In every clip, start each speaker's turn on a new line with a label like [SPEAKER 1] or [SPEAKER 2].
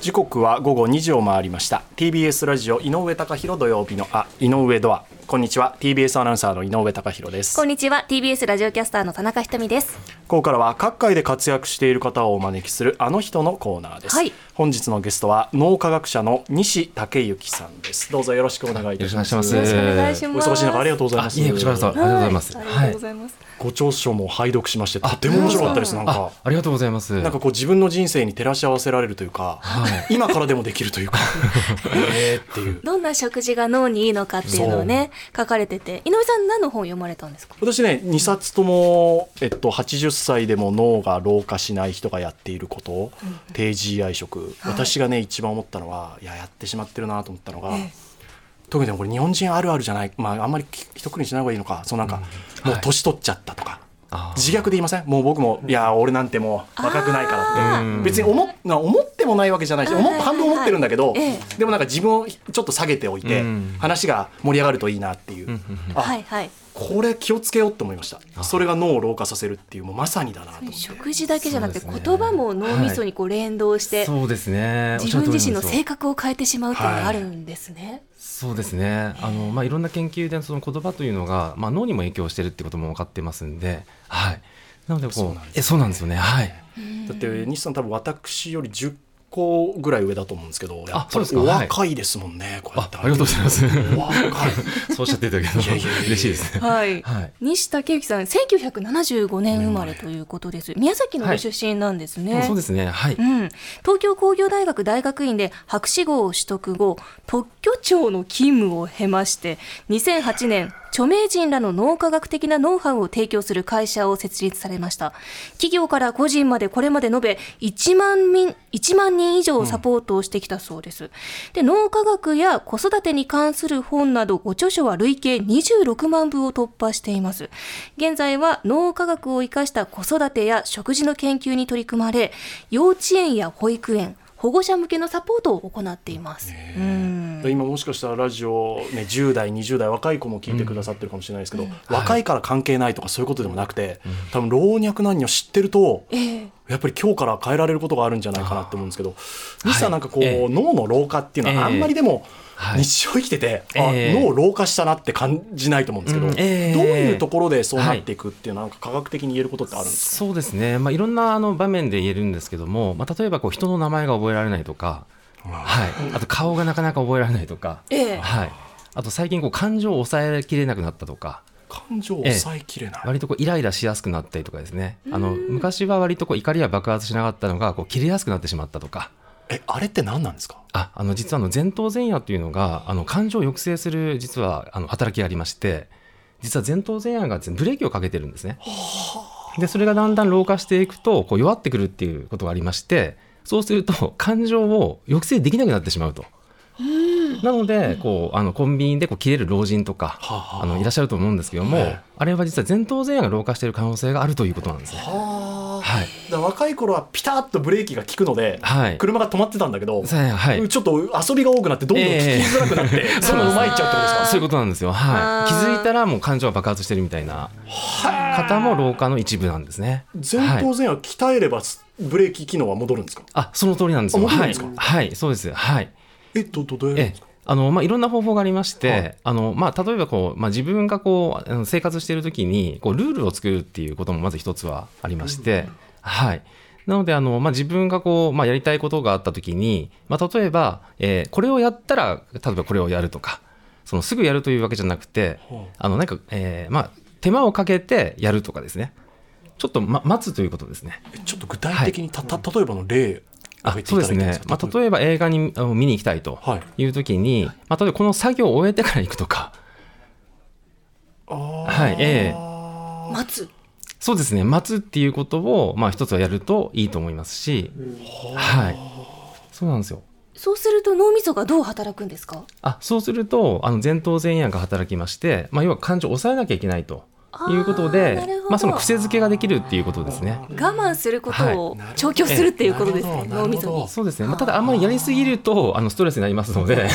[SPEAKER 1] 時刻は午後2時を回りました TBS ラジオ井上貴博土曜日のあ井上ドアこんにちは TBS アナウンサーの井上貴博です
[SPEAKER 2] こんにちは TBS ラジオキャスターの田中ひとみです
[SPEAKER 1] ここからは各界で活躍している方をお招きするあの人のコーナーです、
[SPEAKER 2] はい
[SPEAKER 1] 本日のゲストは脳科学者の西武之さんですどうぞよろしくお願いいたします
[SPEAKER 3] よろしくお願いしま
[SPEAKER 1] お
[SPEAKER 2] お願いします
[SPEAKER 3] す
[SPEAKER 1] 忙しい中ありがとうござい
[SPEAKER 3] あ
[SPEAKER 1] ま、す
[SPEAKER 3] いえ、こちらこそ、ありがとうございます。
[SPEAKER 2] ありが
[SPEAKER 3] は
[SPEAKER 2] とう
[SPEAKER 3] い
[SPEAKER 2] ご。ざいます、
[SPEAKER 1] ご著書も拝読しましてとても面白かったですなんか
[SPEAKER 3] あ、ありがとうございます。
[SPEAKER 1] なんかこう自分の人生に照らし合わせられるというか、今からでもできるというかえーっていう
[SPEAKER 2] どんな食事が脳にいいのかっていうのをね書かれてて井上さん何の本読まれたんですか
[SPEAKER 1] 私ね2冊とも、えっと、80歳でも脳が老化しない人がやっていること低 GI 食私がね一番思ったのはいややってしまってるなと思ったのが、特にねこれ日本人あるあるじゃない、まあ、あんまりき一括りにしない方がいいのかそうなんか、
[SPEAKER 3] うん
[SPEAKER 1] もう年取っちゃったとか。
[SPEAKER 3] あー
[SPEAKER 1] 自虐で言いませんもう僕もいや俺なんてもう若くないから
[SPEAKER 2] あ
[SPEAKER 1] っ
[SPEAKER 3] ー
[SPEAKER 1] て別に思っな思ってもないわけじゃないし
[SPEAKER 2] はいはい
[SPEAKER 1] 思っ半分思ってるんだけど
[SPEAKER 2] ええ
[SPEAKER 1] でもなんか自分をちょっと下げておいて
[SPEAKER 3] うん
[SPEAKER 1] 話が盛り上がるといいなっていううん
[SPEAKER 3] うんうん
[SPEAKER 1] あ
[SPEAKER 2] はいはい
[SPEAKER 1] これ気をつけようって思いまし
[SPEAKER 3] あ
[SPEAKER 1] たそれが脳を老化させるっていうもうまさにだなと思って
[SPEAKER 2] 食事だけじゃなくて
[SPEAKER 3] そうですね
[SPEAKER 2] 言葉も脳みそにこう連動して、
[SPEAKER 3] そうですね。
[SPEAKER 2] 自分自身の性
[SPEAKER 3] 格。
[SPEAKER 2] 格を変えてしまうっていうのがあるんですね、
[SPEAKER 3] そうですね。あの、まあ、いろんな研究で、その言葉というのが、まあ、脳にも影響してるってことも分かってますんで。はい。なので、
[SPEAKER 1] そう
[SPEAKER 3] こう
[SPEAKER 1] なんですね、
[SPEAKER 3] え、そうなんですよね。はい。
[SPEAKER 1] だって西さん多分私より10個ぐらい上だと思うんですけどやっ
[SPEAKER 3] あ
[SPEAKER 1] ぱ
[SPEAKER 3] そう
[SPEAKER 1] り
[SPEAKER 3] ですか
[SPEAKER 1] お
[SPEAKER 3] はい
[SPEAKER 1] 若いですもんねこうや
[SPEAKER 3] あ
[SPEAKER 1] っ、て
[SPEAKER 3] ありがとうございます。
[SPEAKER 1] お若い
[SPEAKER 3] そうおっしゃっていただけ る
[SPEAKER 1] い
[SPEAKER 3] と
[SPEAKER 1] やいやいやいや
[SPEAKER 3] 嬉しいですね。
[SPEAKER 2] はい
[SPEAKER 3] はい。
[SPEAKER 2] 西武之さん1975年生まれということです宮崎のご出身なんですね、
[SPEAKER 3] そうですね。はい。
[SPEAKER 2] うん、東京工業大学大学院で博士号を取得後特許庁の勤務を経まして2008年著名人らの脳科学的なノウハウを提供する会社を設立されました企業から個人までこれまで延べ1万人1万人以上をサポートをしてきたそうです、で脳科学や子育てに関する本などご著書は累計26万部を突破しています現在は脳科学を生かした子育てや食事の研究に取り組まれ幼稚園や保育園保護者向けのサポートを行っています、うん
[SPEAKER 1] 今もしかしたらラジオ、ね、10代20代若い子も聞いてくださってるかもしれないですけど、若いから関係ないとかそういうことでもなくて、多分老若男女知ってると
[SPEAKER 2] ええ
[SPEAKER 1] やっぱり今日から変えられることがあるんじゃないかなって思うんですけど
[SPEAKER 3] ー
[SPEAKER 1] 西さんなんかこう、
[SPEAKER 3] はいええ
[SPEAKER 1] 脳の老化っていうのはあんまりでも、
[SPEAKER 3] はい
[SPEAKER 1] 日常生きてて、
[SPEAKER 3] え
[SPEAKER 1] あ
[SPEAKER 3] え
[SPEAKER 1] 脳老化したなって感じないと思うんですけど、
[SPEAKER 3] うんええ
[SPEAKER 1] どういうところでそうなっていくっていうのはなんか科学的に言えることってあるんですか、
[SPEAKER 3] そうですね、まあ、いろんなあの場面で言えるんですけども、まあ、例えばこう人の名前が覚えられないとか、はい、あと顔がなかなか覚えられないとか、
[SPEAKER 2] ええ
[SPEAKER 3] はい、あと最近こう感情を抑えきれなくなったとか
[SPEAKER 1] 感情を抑えきれない、
[SPEAKER 3] 割とこうイライラしやすくなったりとかですねあの昔は割とこう怒りは爆発しなかったのがこう切れやすくなってしまったとか。
[SPEAKER 1] えあれって何なんですか
[SPEAKER 3] ああの実はあの前頭前野というのがあの感情を抑制する実はあの働きがありまして実は前頭前野がですねブレーキをかけてるんですね。でそれがだんだん老化していくとこう弱ってくるっていうことがありましてそうすると感情を抑制できなくなってしまうと。なのでこうあのコンビニでこう切れる老人とか
[SPEAKER 1] はあはあ
[SPEAKER 3] あのいらっしゃると思うんですけど
[SPEAKER 1] え
[SPEAKER 3] も
[SPEAKER 1] え
[SPEAKER 3] あれは実は前頭前野が老化している可能性があるということなんですね。
[SPEAKER 1] はあ
[SPEAKER 3] はい、
[SPEAKER 1] だから若い頃はピタッとブレーキが効くので、
[SPEAKER 3] はい
[SPEAKER 1] 車が止まってたんだけど、
[SPEAKER 3] さあはい、
[SPEAKER 1] ちょっと遊びが多くなってどんどん聞きづらくな って、そのままいっちゃうってことですか
[SPEAKER 3] そういうことなんですよ。
[SPEAKER 2] あー
[SPEAKER 3] はい。気づいたらもう感情が爆発してるみたいな方も老化の一部なんですね。
[SPEAKER 1] 前
[SPEAKER 3] は
[SPEAKER 1] 頭
[SPEAKER 3] い、
[SPEAKER 1] 前野鍛えればブレーキ機能は戻るんですか、
[SPEAKER 3] あ、その通りなんですよ。
[SPEAKER 1] あ戻るん
[SPEAKER 3] は
[SPEAKER 1] で
[SPEAKER 3] い
[SPEAKER 1] すか。
[SPEAKER 3] はい、そうです。はい。
[SPEAKER 1] えどどどうやるん
[SPEAKER 3] え
[SPEAKER 1] ですか、
[SPEAKER 3] えあのまあ、いろんな方法がありまして、
[SPEAKER 1] はい
[SPEAKER 3] あのまあ、例えばこう、まあ、自分がこうあの生活している時にこうルールを作るっていうこともまず一つはありまして、はい、なのであの、まあ、自分がこう、まあ、やりたいことがあった時に、まあ、例えば、えーこれをやったら例えばこれをやるとかそのすぐやるというわけじゃなくて
[SPEAKER 1] は
[SPEAKER 3] あのなんか、えーまあ、手間をかけてやるとかですねちょっと、ま、待つということですね。
[SPEAKER 1] えちょっと具体的にた、た例えばの例
[SPEAKER 3] あ
[SPEAKER 1] 挙げて
[SPEAKER 3] そ
[SPEAKER 1] いうた
[SPEAKER 3] で
[SPEAKER 1] だいていいで
[SPEAKER 3] すね
[SPEAKER 1] す、か
[SPEAKER 3] まあ、例えば映画にあの見に行きたいと
[SPEAKER 1] はい
[SPEAKER 3] いう時に、まあ、例えばこの作業を終えてから行くとか、
[SPEAKER 1] あー
[SPEAKER 3] はいええ
[SPEAKER 2] 待つ
[SPEAKER 3] そうですね待つっていうことを、まあ、一つはやるといいと思いますし、はい、そうなんですよ
[SPEAKER 2] そうすると脳みそがどう働くんですか
[SPEAKER 3] あそうするとあの前頭前野が働きまして、まあ、要は感情を抑えなきゃいけないということ
[SPEAKER 2] あーな
[SPEAKER 3] で
[SPEAKER 2] るほど
[SPEAKER 3] まあ、その癖づけができるっていうことですね。
[SPEAKER 2] 我慢することを
[SPEAKER 1] はい
[SPEAKER 2] 調教するっていうことですね、
[SPEAKER 1] なるほど
[SPEAKER 2] 脳みそ
[SPEAKER 1] なるほ
[SPEAKER 2] に
[SPEAKER 1] ど
[SPEAKER 3] そうですね、まあ、 ただあんまりやりすぎるとあのストレスになりますので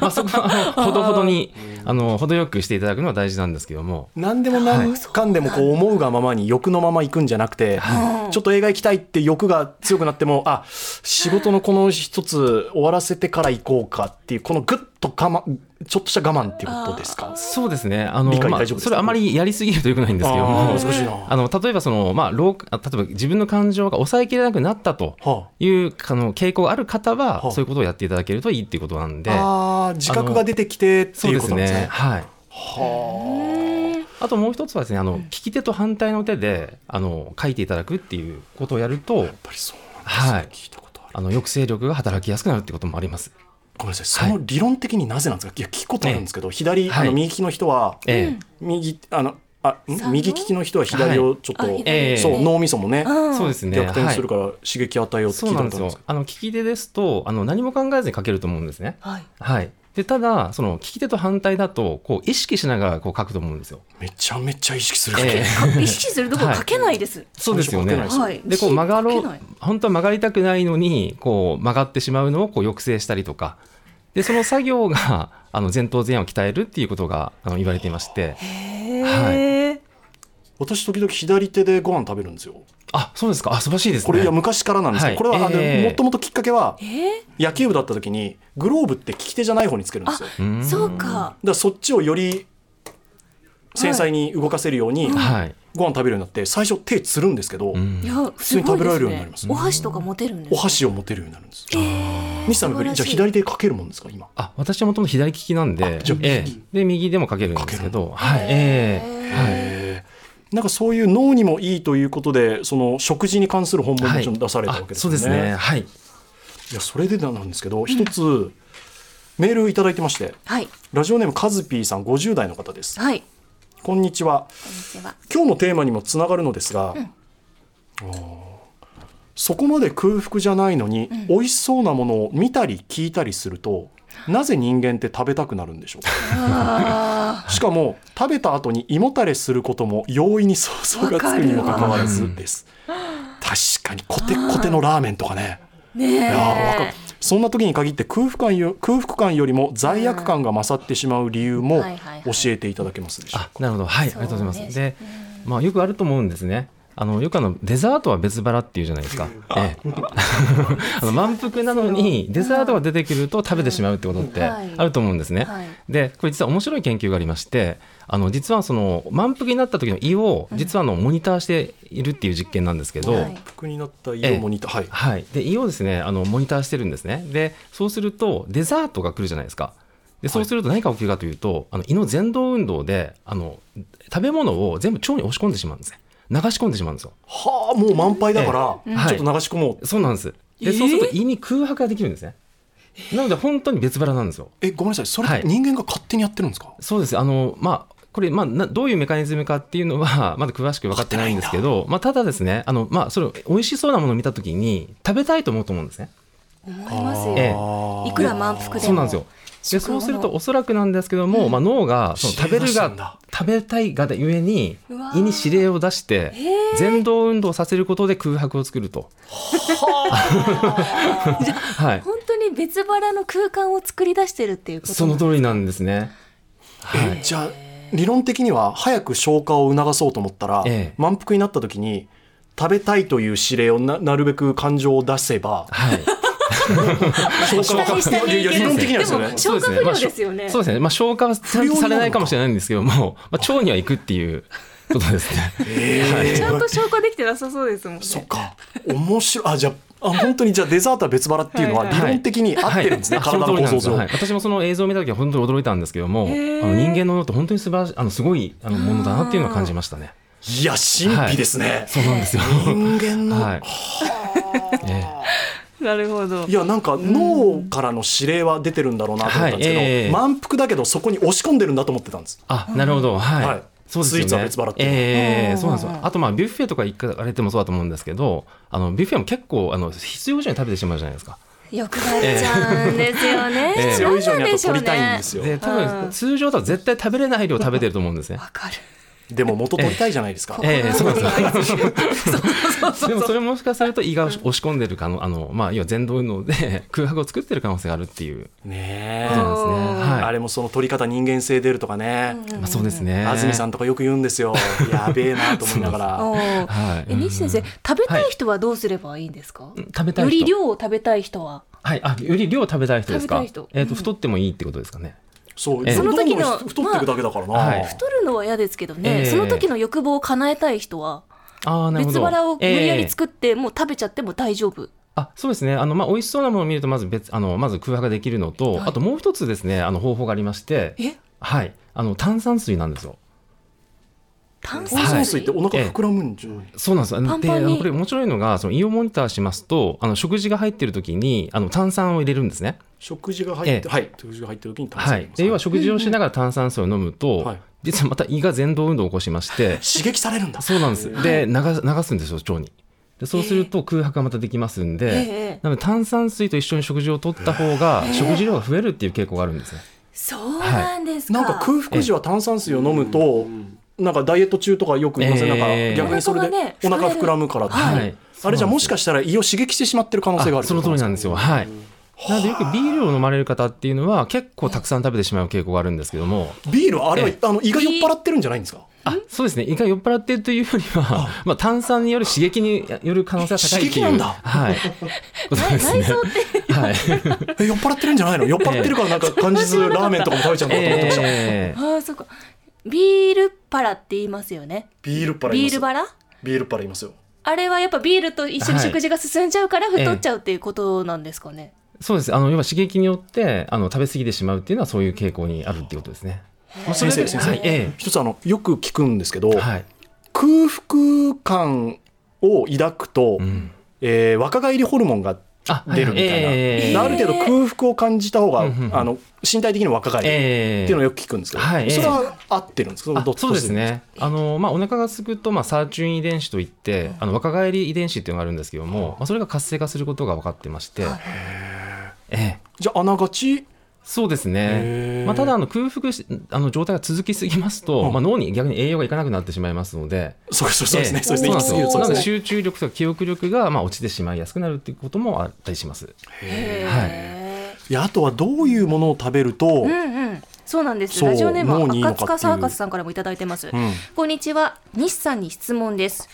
[SPEAKER 3] まあそこはあのほどほどに、あの程よくしていただくのは大事なんですけども
[SPEAKER 1] 何でも何かんでもこう思うがままに欲のまま行くんじゃなくて、
[SPEAKER 2] はい
[SPEAKER 1] ちょっと映画行きたいって欲が強くなってもあ仕事のこの一つ終わらせてから行こうかっていうこのぐっと我慢ちょっとした我慢っていうことですか
[SPEAKER 3] そうですねあの、
[SPEAKER 1] 理解
[SPEAKER 3] まあ
[SPEAKER 1] 大丈夫ですか
[SPEAKER 3] それあまりやりすぎるとよくないんですけど
[SPEAKER 1] あ
[SPEAKER 3] も
[SPEAKER 1] ー難しいな
[SPEAKER 3] あの例えばその、まあ、老化あ例えば自分の感情が抑えきれなくなったと
[SPEAKER 1] は
[SPEAKER 3] いうあの傾向がある方
[SPEAKER 1] は
[SPEAKER 3] は
[SPEAKER 1] あ
[SPEAKER 3] そういうことをやっていただけるといいっていうことなんで
[SPEAKER 1] ああー自覚が出てきてって
[SPEAKER 3] そう
[SPEAKER 1] いう
[SPEAKER 3] で
[SPEAKER 1] こ
[SPEAKER 3] す
[SPEAKER 1] となんですね
[SPEAKER 3] ね。はい
[SPEAKER 1] は
[SPEAKER 3] あともう一つはですねあの、利き手と反対の手であの書いていただくっていうことをやると
[SPEAKER 1] あやっぱりそうなんですね、
[SPEAKER 3] はい
[SPEAKER 1] 聞いたことある
[SPEAKER 3] あの抑制力が働きやすくなるってこともあります。
[SPEAKER 1] ごめんなさいその理論的になぜなんですか、い、や聞くことあるんですけど、左、
[SPEAKER 3] はい
[SPEAKER 1] あの右利きの人は
[SPEAKER 3] え
[SPEAKER 1] 右あのあ
[SPEAKER 2] 左
[SPEAKER 1] ん
[SPEAKER 2] の
[SPEAKER 1] 右利きの人は左をちょっと、
[SPEAKER 2] あ左
[SPEAKER 3] ええ
[SPEAKER 1] そう脳みそもね、
[SPEAKER 3] え
[SPEAKER 2] ん
[SPEAKER 3] そうですね。
[SPEAKER 1] 逆転する
[SPEAKER 3] は
[SPEAKER 1] から刺激与えよう
[SPEAKER 3] い、
[SPEAKER 1] って
[SPEAKER 3] そ
[SPEAKER 1] 聞
[SPEAKER 3] う
[SPEAKER 1] い
[SPEAKER 3] な
[SPEAKER 1] た
[SPEAKER 3] ん
[SPEAKER 1] ことあるん
[SPEAKER 3] です
[SPEAKER 1] で
[SPEAKER 3] よ
[SPEAKER 1] すけ。
[SPEAKER 3] あの利き手ですとあの何も考えずに書けると思うんですね。
[SPEAKER 2] はい
[SPEAKER 3] はい。でただその利き手と反対だとこう意識しながらこう書くと思うんですよ。
[SPEAKER 1] どめちゃめちゃ意識する、
[SPEAKER 3] ええ
[SPEAKER 2] か意識するところ書けないです。
[SPEAKER 3] そうですよね。
[SPEAKER 1] 最初書けない
[SPEAKER 2] はい。
[SPEAKER 3] でこう曲がろ
[SPEAKER 2] 書けな
[SPEAKER 3] う
[SPEAKER 2] い
[SPEAKER 3] 本当は曲がりたくないのにこう曲がってしまうのをこう抑制したりとかでその作業が あの前頭前野を鍛えるっていうことがあの言われていまして
[SPEAKER 2] へー
[SPEAKER 1] 私時々左手でご飯食べるんですよ
[SPEAKER 3] あそうですかあ素晴らしいですね
[SPEAKER 1] これいや昔からなんですけど、
[SPEAKER 3] はい
[SPEAKER 1] これは
[SPEAKER 3] ええ
[SPEAKER 1] もともときっかけは
[SPEAKER 2] えー
[SPEAKER 1] 野球部だった時にグローブって利き手じゃない方につけるんですよだか
[SPEAKER 3] うーん
[SPEAKER 2] そうか。
[SPEAKER 1] らそっちをより繊細に動かせるように
[SPEAKER 3] はい
[SPEAKER 1] ご飯食べるようになって最初手つるんですけど、
[SPEAKER 3] うん
[SPEAKER 2] いや、普
[SPEAKER 1] 通に食べられるようになります
[SPEAKER 2] お箸とか持てるんです
[SPEAKER 1] お
[SPEAKER 2] か。
[SPEAKER 1] 箸を持てるようになるんです
[SPEAKER 2] えー。
[SPEAKER 1] 西さんの国じゃあ左手かけるもんですか今
[SPEAKER 3] あ私はもともと左利きなんで
[SPEAKER 1] じゃあ右
[SPEAKER 3] ええで右でも書けるんですけどはいええはい
[SPEAKER 1] へえなんかそういう脳にもいいということでその食事に関する本もも
[SPEAKER 3] はい
[SPEAKER 1] ちろん出されたわけです
[SPEAKER 3] あそう
[SPEAKER 1] よね,、
[SPEAKER 3] ですねはい
[SPEAKER 1] いやそれでなんですけど一つ、メールいただいてまして
[SPEAKER 2] はい
[SPEAKER 1] ラジオネームカズピーさん50代の方です
[SPEAKER 2] はい。こ
[SPEAKER 1] こんにちは
[SPEAKER 2] んにちは。
[SPEAKER 1] 今日のテーマにもつながるのですが、あーそこまで空腹じゃないのに、美味しそうなものを見たり聞いたりするとなぜ人間って食べたくなるんでしょうか
[SPEAKER 2] あ
[SPEAKER 1] しかも食べた後に胃もたれすることも容易に想像がつくにもかかわらずです確かにコテコテのラーメンとかね
[SPEAKER 2] ーね
[SPEAKER 1] いやーわかる
[SPEAKER 2] え。
[SPEAKER 1] そんな時に限って空腹感よ空腹感よりも罪悪感が勝ってしまう理由
[SPEAKER 2] うん
[SPEAKER 1] も
[SPEAKER 2] はいはいはい
[SPEAKER 1] 教えていただけますでしょうか
[SPEAKER 3] あなるほどはいあり
[SPEAKER 2] そう
[SPEAKER 3] がとうございます
[SPEAKER 2] ね
[SPEAKER 3] で、まあ、よくあると思うんですねあのよくあのデザートは別腹っていうじゃないですか、え え、あの満腹なのにデザートが出てくると食べてしまうってことって
[SPEAKER 2] はい
[SPEAKER 3] あると思うんですね、
[SPEAKER 2] はい
[SPEAKER 3] でこれ実は面白い研究がありましてあの実はその満腹になった時の胃を実はあのモニターしているっていう実験なんですけど、
[SPEAKER 2] は
[SPEAKER 1] 満
[SPEAKER 2] い
[SPEAKER 1] 腹になった胃をモニター、はい
[SPEAKER 3] はい、で胃をですねあのモニターしてるんですねでそうするとデザートが来るじゃないですかでそうすると何が起きるかというと、あの胃の前動運動であの食べ物を全部腸に押し込んでしまうんですね流し込んでしまうんですよ
[SPEAKER 1] はあもう満杯だから、
[SPEAKER 3] ええはい
[SPEAKER 1] ちょっと流し込もう
[SPEAKER 3] そうなんですで、そうすると胃に空白ができるんですねなので本当に別腹なんですよ
[SPEAKER 1] えごめんなさいそれ
[SPEAKER 3] はい
[SPEAKER 1] 人間が勝手にやってるんですか、
[SPEAKER 3] そうですあのまあこれ、まあ、などういうメカニズムかっていうのは まだ詳しく分かってないんですけど、まあ、ただですねあの、まあ、それ美味しそうなものを見た時に食べたいと思うと思うんですね
[SPEAKER 2] 思いますよ。
[SPEAKER 3] ええ
[SPEAKER 2] いくら満腹でも
[SPEAKER 3] そうなんですよ。で
[SPEAKER 2] 食後の
[SPEAKER 3] そうするとおそらくなんですけども、まあ、脳がその食べ
[SPEAKER 1] 指令出
[SPEAKER 3] る
[SPEAKER 1] したんだ
[SPEAKER 3] が食べたいがゆえに
[SPEAKER 2] うわー
[SPEAKER 3] 胃に指令を出して
[SPEAKER 2] へー
[SPEAKER 3] 前動運動をさせることで空白を作ると、 はい、
[SPEAKER 2] 本当に別腹の空間を作り出してるっていうこと
[SPEAKER 3] その通りなんですね。は
[SPEAKER 1] えじゃあ理論的には早く消化を促そうと思ったら、
[SPEAKER 3] ええ
[SPEAKER 1] 満腹になった時に食べたいという指令をななるべく感情を出せば
[SPEAKER 3] はい、
[SPEAKER 1] 消
[SPEAKER 2] 下に下に
[SPEAKER 1] いやいや理論的にはですよ
[SPEAKER 2] で
[SPEAKER 1] ね
[SPEAKER 2] も 消化不良ですよね
[SPEAKER 3] そうですね、まあ、消化はちゃんとされないかもしれないんですけども、まあ、腸には行くっていうことですね。
[SPEAKER 1] ええ
[SPEAKER 2] ちゃんと消化できてなさそうですもんね
[SPEAKER 1] そっか面白いあじゃああ本当にじゃあデザートは別腹っていうのは
[SPEAKER 2] はい
[SPEAKER 1] 理
[SPEAKER 3] はい
[SPEAKER 1] 論的に合ってるんですね、
[SPEAKER 3] はい
[SPEAKER 1] 体の
[SPEAKER 3] そ通
[SPEAKER 1] 構
[SPEAKER 3] り
[SPEAKER 1] 造上、
[SPEAKER 3] なんですよはい私もその映像を見た時は本当に驚いたんですけども、あの人間の脳って本当に素晴らしいあのすごいあのものだなっていうのを感じましたね。
[SPEAKER 1] い、や神秘ですね、
[SPEAKER 3] そうなんですよ。
[SPEAKER 1] 人間の、
[SPEAKER 3] はい。え
[SPEAKER 2] なるほど
[SPEAKER 1] いやなんか脳からの指令は出てるんだろうなと思ったんですけど、
[SPEAKER 3] はいええ
[SPEAKER 1] 満腹だけどそこに押し込んでるんだと思ってたんです
[SPEAKER 3] あ、なるほど、はい。
[SPEAKER 1] はい
[SPEAKER 3] そうですよ
[SPEAKER 1] ス
[SPEAKER 3] ね
[SPEAKER 1] イーツは別腹っていう
[SPEAKER 3] ええ
[SPEAKER 2] うん
[SPEAKER 3] そうなんです
[SPEAKER 2] うん
[SPEAKER 3] よ。あとまあビュッフェとか行かれてもそうだと思うんですけど、あのビュッフェも結構あの必要以上に食べてしまうじゃないですか。
[SPEAKER 2] 欲張っちゃうんですよね、
[SPEAKER 3] ええ
[SPEAKER 1] 必要以上にあ
[SPEAKER 2] 何なん
[SPEAKER 1] と
[SPEAKER 2] でし
[SPEAKER 1] 取
[SPEAKER 2] ょうね
[SPEAKER 1] りたいんですよ、
[SPEAKER 3] で、多
[SPEAKER 2] うん
[SPEAKER 3] 分通常とは絶対食べれない量食べてると思うんですね
[SPEAKER 2] わ。かる
[SPEAKER 1] でも元取りたいじゃないですか。
[SPEAKER 3] ええそうなんですよ
[SPEAKER 2] そうそう
[SPEAKER 3] でも
[SPEAKER 2] そう
[SPEAKER 3] それもしかすると胃が押し押し込んでるかのあの、まあ、要は前動運動で空白を作ってる可能性があるっていう
[SPEAKER 1] ね
[SPEAKER 3] こと
[SPEAKER 1] え、
[SPEAKER 3] なんですね。
[SPEAKER 2] うん
[SPEAKER 3] はい
[SPEAKER 1] あれもその取り方人間性出るとかね、
[SPEAKER 3] まあ、そうですね。
[SPEAKER 1] 安住さんとかよく言うんですよやべえなと思いながら
[SPEAKER 2] おー
[SPEAKER 3] はい。
[SPEAKER 2] え西先生、食べたい人はどうすればいいんですか、
[SPEAKER 3] うん食べたい
[SPEAKER 2] よ
[SPEAKER 3] 人。
[SPEAKER 2] り量を食べたい人は
[SPEAKER 3] はい。あ、より量食べたい人ですか。
[SPEAKER 2] 食べたい人
[SPEAKER 3] えっ、
[SPEAKER 2] うん
[SPEAKER 3] と、太ってもいいってことですかね。
[SPEAKER 1] そう、
[SPEAKER 3] ええ
[SPEAKER 1] どんどん
[SPEAKER 2] その時の
[SPEAKER 1] 太太っていくだけだからな、
[SPEAKER 3] まあはい
[SPEAKER 2] 太るのは嫌ですけどね、
[SPEAKER 3] ええ
[SPEAKER 2] その時の欲望を叶えたい人は
[SPEAKER 3] ああ、なるほ
[SPEAKER 2] 別
[SPEAKER 3] ど。
[SPEAKER 2] 腹を無理や
[SPEAKER 3] ええ
[SPEAKER 2] り作って、もう食べちゃっても大丈夫
[SPEAKER 3] あそうですねあの、まあ、美味しそうなものを見るとまず別あのまず空白ができるのと、
[SPEAKER 2] はい
[SPEAKER 3] あともう一つですねあの方法がありまして
[SPEAKER 2] え
[SPEAKER 3] はい、あの炭酸水なんですよ。
[SPEAKER 2] 炭
[SPEAKER 1] 炭
[SPEAKER 2] 酸
[SPEAKER 1] 酸水
[SPEAKER 2] 水
[SPEAKER 1] ってお腹膨らむんじゃない、
[SPEAKER 3] そうなんです
[SPEAKER 2] パンパンに
[SPEAKER 3] であのこれ面白いのがその胃をモニターしますとあの食事が入ってる時にあの炭酸を入れるんですね。
[SPEAKER 1] 食事が入って、
[SPEAKER 3] ええ
[SPEAKER 1] はい食事が入ってる時に炭酸
[SPEAKER 3] は
[SPEAKER 1] 入れ
[SPEAKER 3] い
[SPEAKER 1] ま、す
[SPEAKER 3] で要は食事をしながら炭酸水を飲むと、
[SPEAKER 1] はい
[SPEAKER 3] 実はまた胃が前動運動を起こしま して
[SPEAKER 1] 刺激されるんだ
[SPEAKER 3] そうなんですで流流すんですよ腸に。でそうすると空白がまたできますんで、
[SPEAKER 2] ええ
[SPEAKER 3] なので炭酸水と一緒に食事を取った方が食事量が増えるっていう傾向があるんですね。
[SPEAKER 2] そうなんですか,、
[SPEAKER 1] なんか空腹時は炭酸水を飲むと、なんかダイエット中とかよく言いません、
[SPEAKER 3] ええ
[SPEAKER 1] なんか逆にそれ
[SPEAKER 2] お腹がね
[SPEAKER 1] でお腹膨らむからって、
[SPEAKER 2] 膨らむ
[SPEAKER 3] はい
[SPEAKER 1] あれじゃあもしかしたら胃を刺激してしまってる可能性がある
[SPEAKER 3] あその通りなん
[SPEAKER 1] で
[SPEAKER 3] ですよ。はい。なのでよくビールを飲まれる方っていうのは結構たくさん食べてしまう傾向があるんですけども、
[SPEAKER 1] ビールはあれは、
[SPEAKER 3] え
[SPEAKER 1] あの胃が酔っ払ってるんじゃないんですか
[SPEAKER 3] あそうですね、胃が酔っ払っているというよりは、まあ、炭酸による刺激による可能性が高いってい
[SPEAKER 1] 刺激
[SPEAKER 3] う。
[SPEAKER 1] なんだ
[SPEAKER 3] はい。ことです
[SPEAKER 2] 内
[SPEAKER 3] ね
[SPEAKER 2] 臓。って
[SPEAKER 3] はい。
[SPEAKER 1] え酔っ払ってるんじゃないの 酔っ払ってるからなんか感じず ラーメンとかも食べちゃうんだと思ってました、
[SPEAKER 3] ええ
[SPEAKER 2] ああそうかビールパラって言いますよね
[SPEAKER 1] ビールパラい
[SPEAKER 2] ビ
[SPEAKER 1] ま
[SPEAKER 2] ー
[SPEAKER 1] す
[SPEAKER 2] ルパラ
[SPEAKER 1] ビールパラいますよ
[SPEAKER 2] あれはやっぱビールと一緒に食事が進んじゃうから
[SPEAKER 3] い
[SPEAKER 2] 太っちゃうっていうことなんですかね、
[SPEAKER 3] そうです。あの要は刺激によってあの食べ過ぎてしまうっていうのはそういう傾向にあるっていうことですね。
[SPEAKER 1] まあ先生先生、
[SPEAKER 3] はい。え
[SPEAKER 1] 一つあのよく聞くんですけど、
[SPEAKER 3] えはい。
[SPEAKER 1] 空腹感を抱くと、
[SPEAKER 3] うん。
[SPEAKER 1] えー若返りホルモンが
[SPEAKER 3] あ
[SPEAKER 1] 出るみたいな
[SPEAKER 3] ええ
[SPEAKER 1] ある程度空腹を感じた方が、
[SPEAKER 3] うんうんうん
[SPEAKER 1] あの身体的に若返るっ
[SPEAKER 3] ええ
[SPEAKER 1] ていうのをよく聞くんですけど、
[SPEAKER 3] はい
[SPEAKER 1] それは合ってるんですか
[SPEAKER 3] あそうです、ねあの、まあ、お腹がすくと、まあ、サーチュイン遺伝子といって、あの若返り遺伝子っていうのがあるんですけども、まあ、それが活性化することが分かってまして、ええ、
[SPEAKER 1] じゃああながち
[SPEAKER 3] そうです
[SPEAKER 1] へ
[SPEAKER 3] ね
[SPEAKER 1] え、
[SPEAKER 3] まあ、ただあの空腹しあの状態が続きすぎますと、
[SPEAKER 1] うん
[SPEAKER 3] まあ、脳に逆に栄養がいかなくなってしまいますので。
[SPEAKER 1] そうそうそうですね、
[SPEAKER 3] ええ
[SPEAKER 1] そうですね
[SPEAKER 3] な
[SPEAKER 1] 行
[SPEAKER 3] ん
[SPEAKER 1] き過ぎる
[SPEAKER 3] です
[SPEAKER 1] そう
[SPEAKER 3] よなの
[SPEAKER 1] で
[SPEAKER 3] です
[SPEAKER 1] ね
[SPEAKER 3] 集中力とか記憶力がまあ落ちてしまいやすくなるっていうこともあったりします。
[SPEAKER 2] へえ、
[SPEAKER 1] いやあとはどういうものを食べると、
[SPEAKER 2] うんうんそうなんです
[SPEAKER 1] そう
[SPEAKER 2] ラジオネーム
[SPEAKER 1] 脳にいい
[SPEAKER 2] は
[SPEAKER 1] のか
[SPEAKER 2] 赤塚サーカスさんからもいただいてます、
[SPEAKER 1] うん
[SPEAKER 2] こんにちは西さんに質問です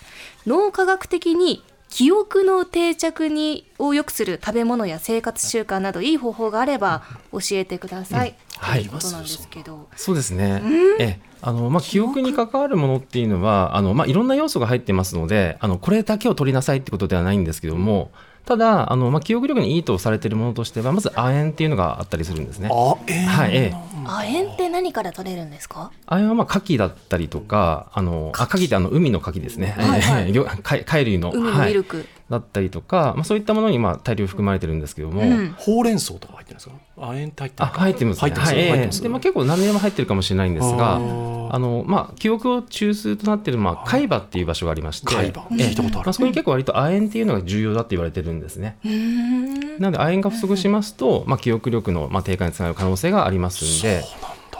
[SPEAKER 2] 脳科学的に記憶の定着にを良くする食べ物や生活習慣などいい方法があれば教えてください、
[SPEAKER 3] はい
[SPEAKER 2] ということなんですけど
[SPEAKER 3] そうですね。ええ、あのまあ記憶に関わるものっていうのはあのまあいろんな要素が入ってますので、あのこれだけを取りなさいってことではないんですけども、ただあのまあ記憶力にいいとされているものとしてはまず亜鉛っていうのがあったりするんですね。
[SPEAKER 1] あええ
[SPEAKER 3] はい、ええ、
[SPEAKER 2] 亜鉛って何から取れるんですか
[SPEAKER 3] 亜鉛はまあ牡蠣だったりとか、あのあ牡蠣ってあの海の牡蠣ですね。
[SPEAKER 2] はいはい
[SPEAKER 3] ええ魚 貝貝類の
[SPEAKER 2] 海の
[SPEAKER 3] は
[SPEAKER 2] ミ
[SPEAKER 3] い
[SPEAKER 2] ルク、
[SPEAKER 3] だったりとか、まあそういったものにまあ大量含まれてるんですけども。
[SPEAKER 2] うん
[SPEAKER 1] ほうれん草とか入ってるんですか亜鉛って入って
[SPEAKER 3] あ
[SPEAKER 1] る
[SPEAKER 3] 入ってます、ね、
[SPEAKER 1] 入ってます
[SPEAKER 3] はいええ
[SPEAKER 1] 入ってます
[SPEAKER 3] でまあ、結構何年も入ってるかもしれないんです
[SPEAKER 1] あ
[SPEAKER 3] があ
[SPEAKER 1] ー
[SPEAKER 3] の、まあ、記憶を中枢となっている、まあ、海馬っていう場所がありまして
[SPEAKER 1] 海馬
[SPEAKER 3] ええ
[SPEAKER 1] 聞いたことある
[SPEAKER 3] まあ、そこに結構割と亜鉛っていうのが重要だって言われてるんですね、
[SPEAKER 2] うーん
[SPEAKER 3] なので亜鉛が不足しますと、まあ、記憶力の、まあ、低下につながる可能性がありますんで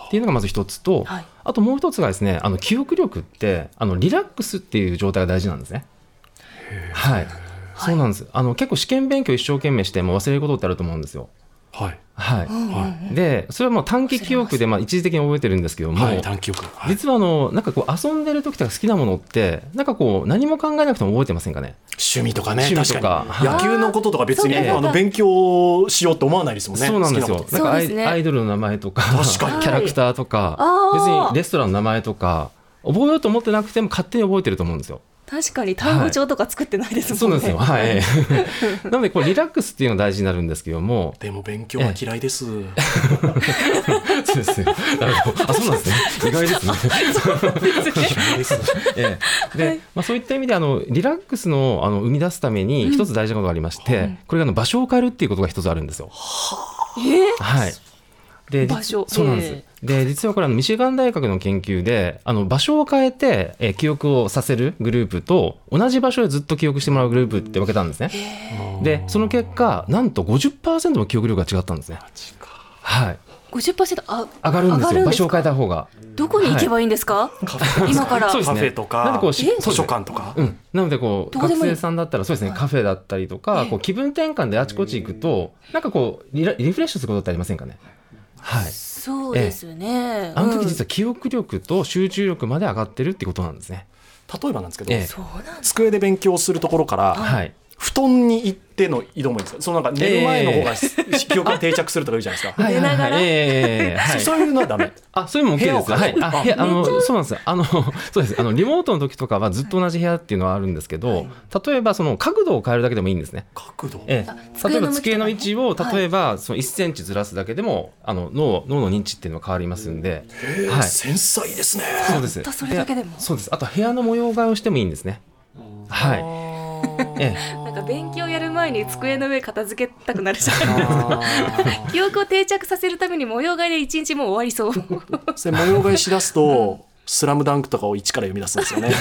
[SPEAKER 3] っていうのがまず一つと、
[SPEAKER 2] はい
[SPEAKER 3] あともう一つがですねあの記憶力ってあのリラックスっていう状態が大事なんですね。はい、そうなんですあの結構試験勉強一生懸命しても忘れることってあると思うんですよ。
[SPEAKER 1] はい
[SPEAKER 3] はい、
[SPEAKER 1] は
[SPEAKER 3] でそれはもう短期記憶でまあ一時的に覚えてるんですけど
[SPEAKER 1] い
[SPEAKER 3] も、
[SPEAKER 1] はい短期記憶はい
[SPEAKER 3] 実はあのなんかこう遊んでる時とか好きなものってなんかこう何も考えなくても覚えてませんかね
[SPEAKER 1] 趣味とかね
[SPEAKER 3] 趣味とか
[SPEAKER 1] 確かに野球のこととか別に
[SPEAKER 2] あー
[SPEAKER 1] ね
[SPEAKER 2] そうか
[SPEAKER 1] あの勉強しようって思わないですもんね
[SPEAKER 3] そうなんですよ
[SPEAKER 1] 好きこと
[SPEAKER 3] なんかア
[SPEAKER 2] そうで
[SPEAKER 3] イ,、
[SPEAKER 2] すね
[SPEAKER 3] アイドルの名前とか
[SPEAKER 1] 確かに
[SPEAKER 3] キャラクターとか
[SPEAKER 2] あ
[SPEAKER 3] 別
[SPEAKER 2] ー
[SPEAKER 3] にレストランの名前とか覚えようと思ってなくても勝手に覚えてると思うんですよ。
[SPEAKER 2] 確かに単語帳とか作ってないです
[SPEAKER 3] そう
[SPEAKER 2] も
[SPEAKER 3] なんん
[SPEAKER 2] ね、
[SPEAKER 3] ですよ。はい。 なのでこうリラックスっていうのが大事になるんですけども。
[SPEAKER 1] でも勉強は嫌いです、
[SPEAKER 3] そうですよ。なるほど あ、そうなんですね。意外ですね。
[SPEAKER 1] 嫌 いです
[SPEAKER 3] え え、で、まあ、そういった意味であのリラックスのあの生み出すために一つ大事なことがありまして、これがあの場所を変えるっていうことが一つあるんですよ。はい。で実
[SPEAKER 2] 場所
[SPEAKER 3] そうなんです。
[SPEAKER 2] え
[SPEAKER 3] で実はこれあのミシガン大学の研究であの場所を変えて、えー記憶をさせるグループと同じ場所でずっと記憶してもらうグループって分けたんですね。でその結果なんと50%も記憶力が違ったんですね。はい。
[SPEAKER 2] 50%あ
[SPEAKER 3] 上がるんですよ
[SPEAKER 2] 上がるんですか
[SPEAKER 3] 場所を変えた方が
[SPEAKER 2] どこに行けばいいんですか、
[SPEAKER 1] カフ ェ
[SPEAKER 2] 今から
[SPEAKER 3] そうです
[SPEAKER 1] カ
[SPEAKER 3] ね
[SPEAKER 1] フェと
[SPEAKER 3] な
[SPEAKER 1] か
[SPEAKER 3] んでこうし
[SPEAKER 2] え
[SPEAKER 1] 図書館とか、
[SPEAKER 3] うん、なのでこう
[SPEAKER 2] どこで
[SPEAKER 3] 学
[SPEAKER 2] もいい
[SPEAKER 3] 生さんだったらそうですねカフェだったりと
[SPEAKER 2] え
[SPEAKER 3] か
[SPEAKER 2] え
[SPEAKER 3] こう気分転換であちこち行くとなんかこうリラリフレッシュすることってありませんかねはい
[SPEAKER 2] そうですよね、
[SPEAKER 3] あの時
[SPEAKER 2] う
[SPEAKER 3] 実は記憶力と集中力まで上がってるってことなんですね
[SPEAKER 1] 例えばなんですけど、
[SPEAKER 3] ええ
[SPEAKER 2] そうなんです
[SPEAKER 1] 机で勉強するところから、
[SPEAKER 3] はい
[SPEAKER 1] 布団に行っての移動もいいんですかそのなんか寝る前の方が、記憶が定着するとか言うじゃないですか、
[SPEAKER 3] はい
[SPEAKER 2] 寝ながら
[SPEAKER 3] はいはいええええええ はい
[SPEAKER 1] そそういうのはダメ
[SPEAKER 3] あ、そういうのも OK です。
[SPEAKER 1] 部屋を
[SPEAKER 3] は
[SPEAKER 1] 変え
[SPEAKER 3] い
[SPEAKER 1] る。
[SPEAKER 3] あ、いや、あの、そうなんですよ。あの、 そうです。あの、リモートの時とかはずっと同じ部屋っていうのはあるんですけど、例えばその角度を変えるだけでもいいんですね。
[SPEAKER 1] 角度、
[SPEAKER 3] ええ、
[SPEAKER 2] 机の
[SPEAKER 3] 例え
[SPEAKER 2] 向きとか
[SPEAKER 3] ば
[SPEAKER 2] ね
[SPEAKER 3] 机の位置を、
[SPEAKER 2] はい
[SPEAKER 3] 例えばその1センチずらすだけでも、あの脳、脳の認知っていうのは変わりますんで、
[SPEAKER 1] えー
[SPEAKER 3] はい
[SPEAKER 1] 繊細ですね
[SPEAKER 3] そうです。
[SPEAKER 2] たったそれだけでも
[SPEAKER 3] 部屋そうです。あと部屋の模様替えをしてもいいんですね。はい。
[SPEAKER 1] い
[SPEAKER 3] え
[SPEAKER 2] なんか勉強やる前に机の上片付けたくなるじゃん
[SPEAKER 1] あ
[SPEAKER 2] 記憶を定着させるために模様替えで一日もう終わりそう
[SPEAKER 1] ーそれ模様替えしだすと「スラムダンクとかを一から読み出すんですよね。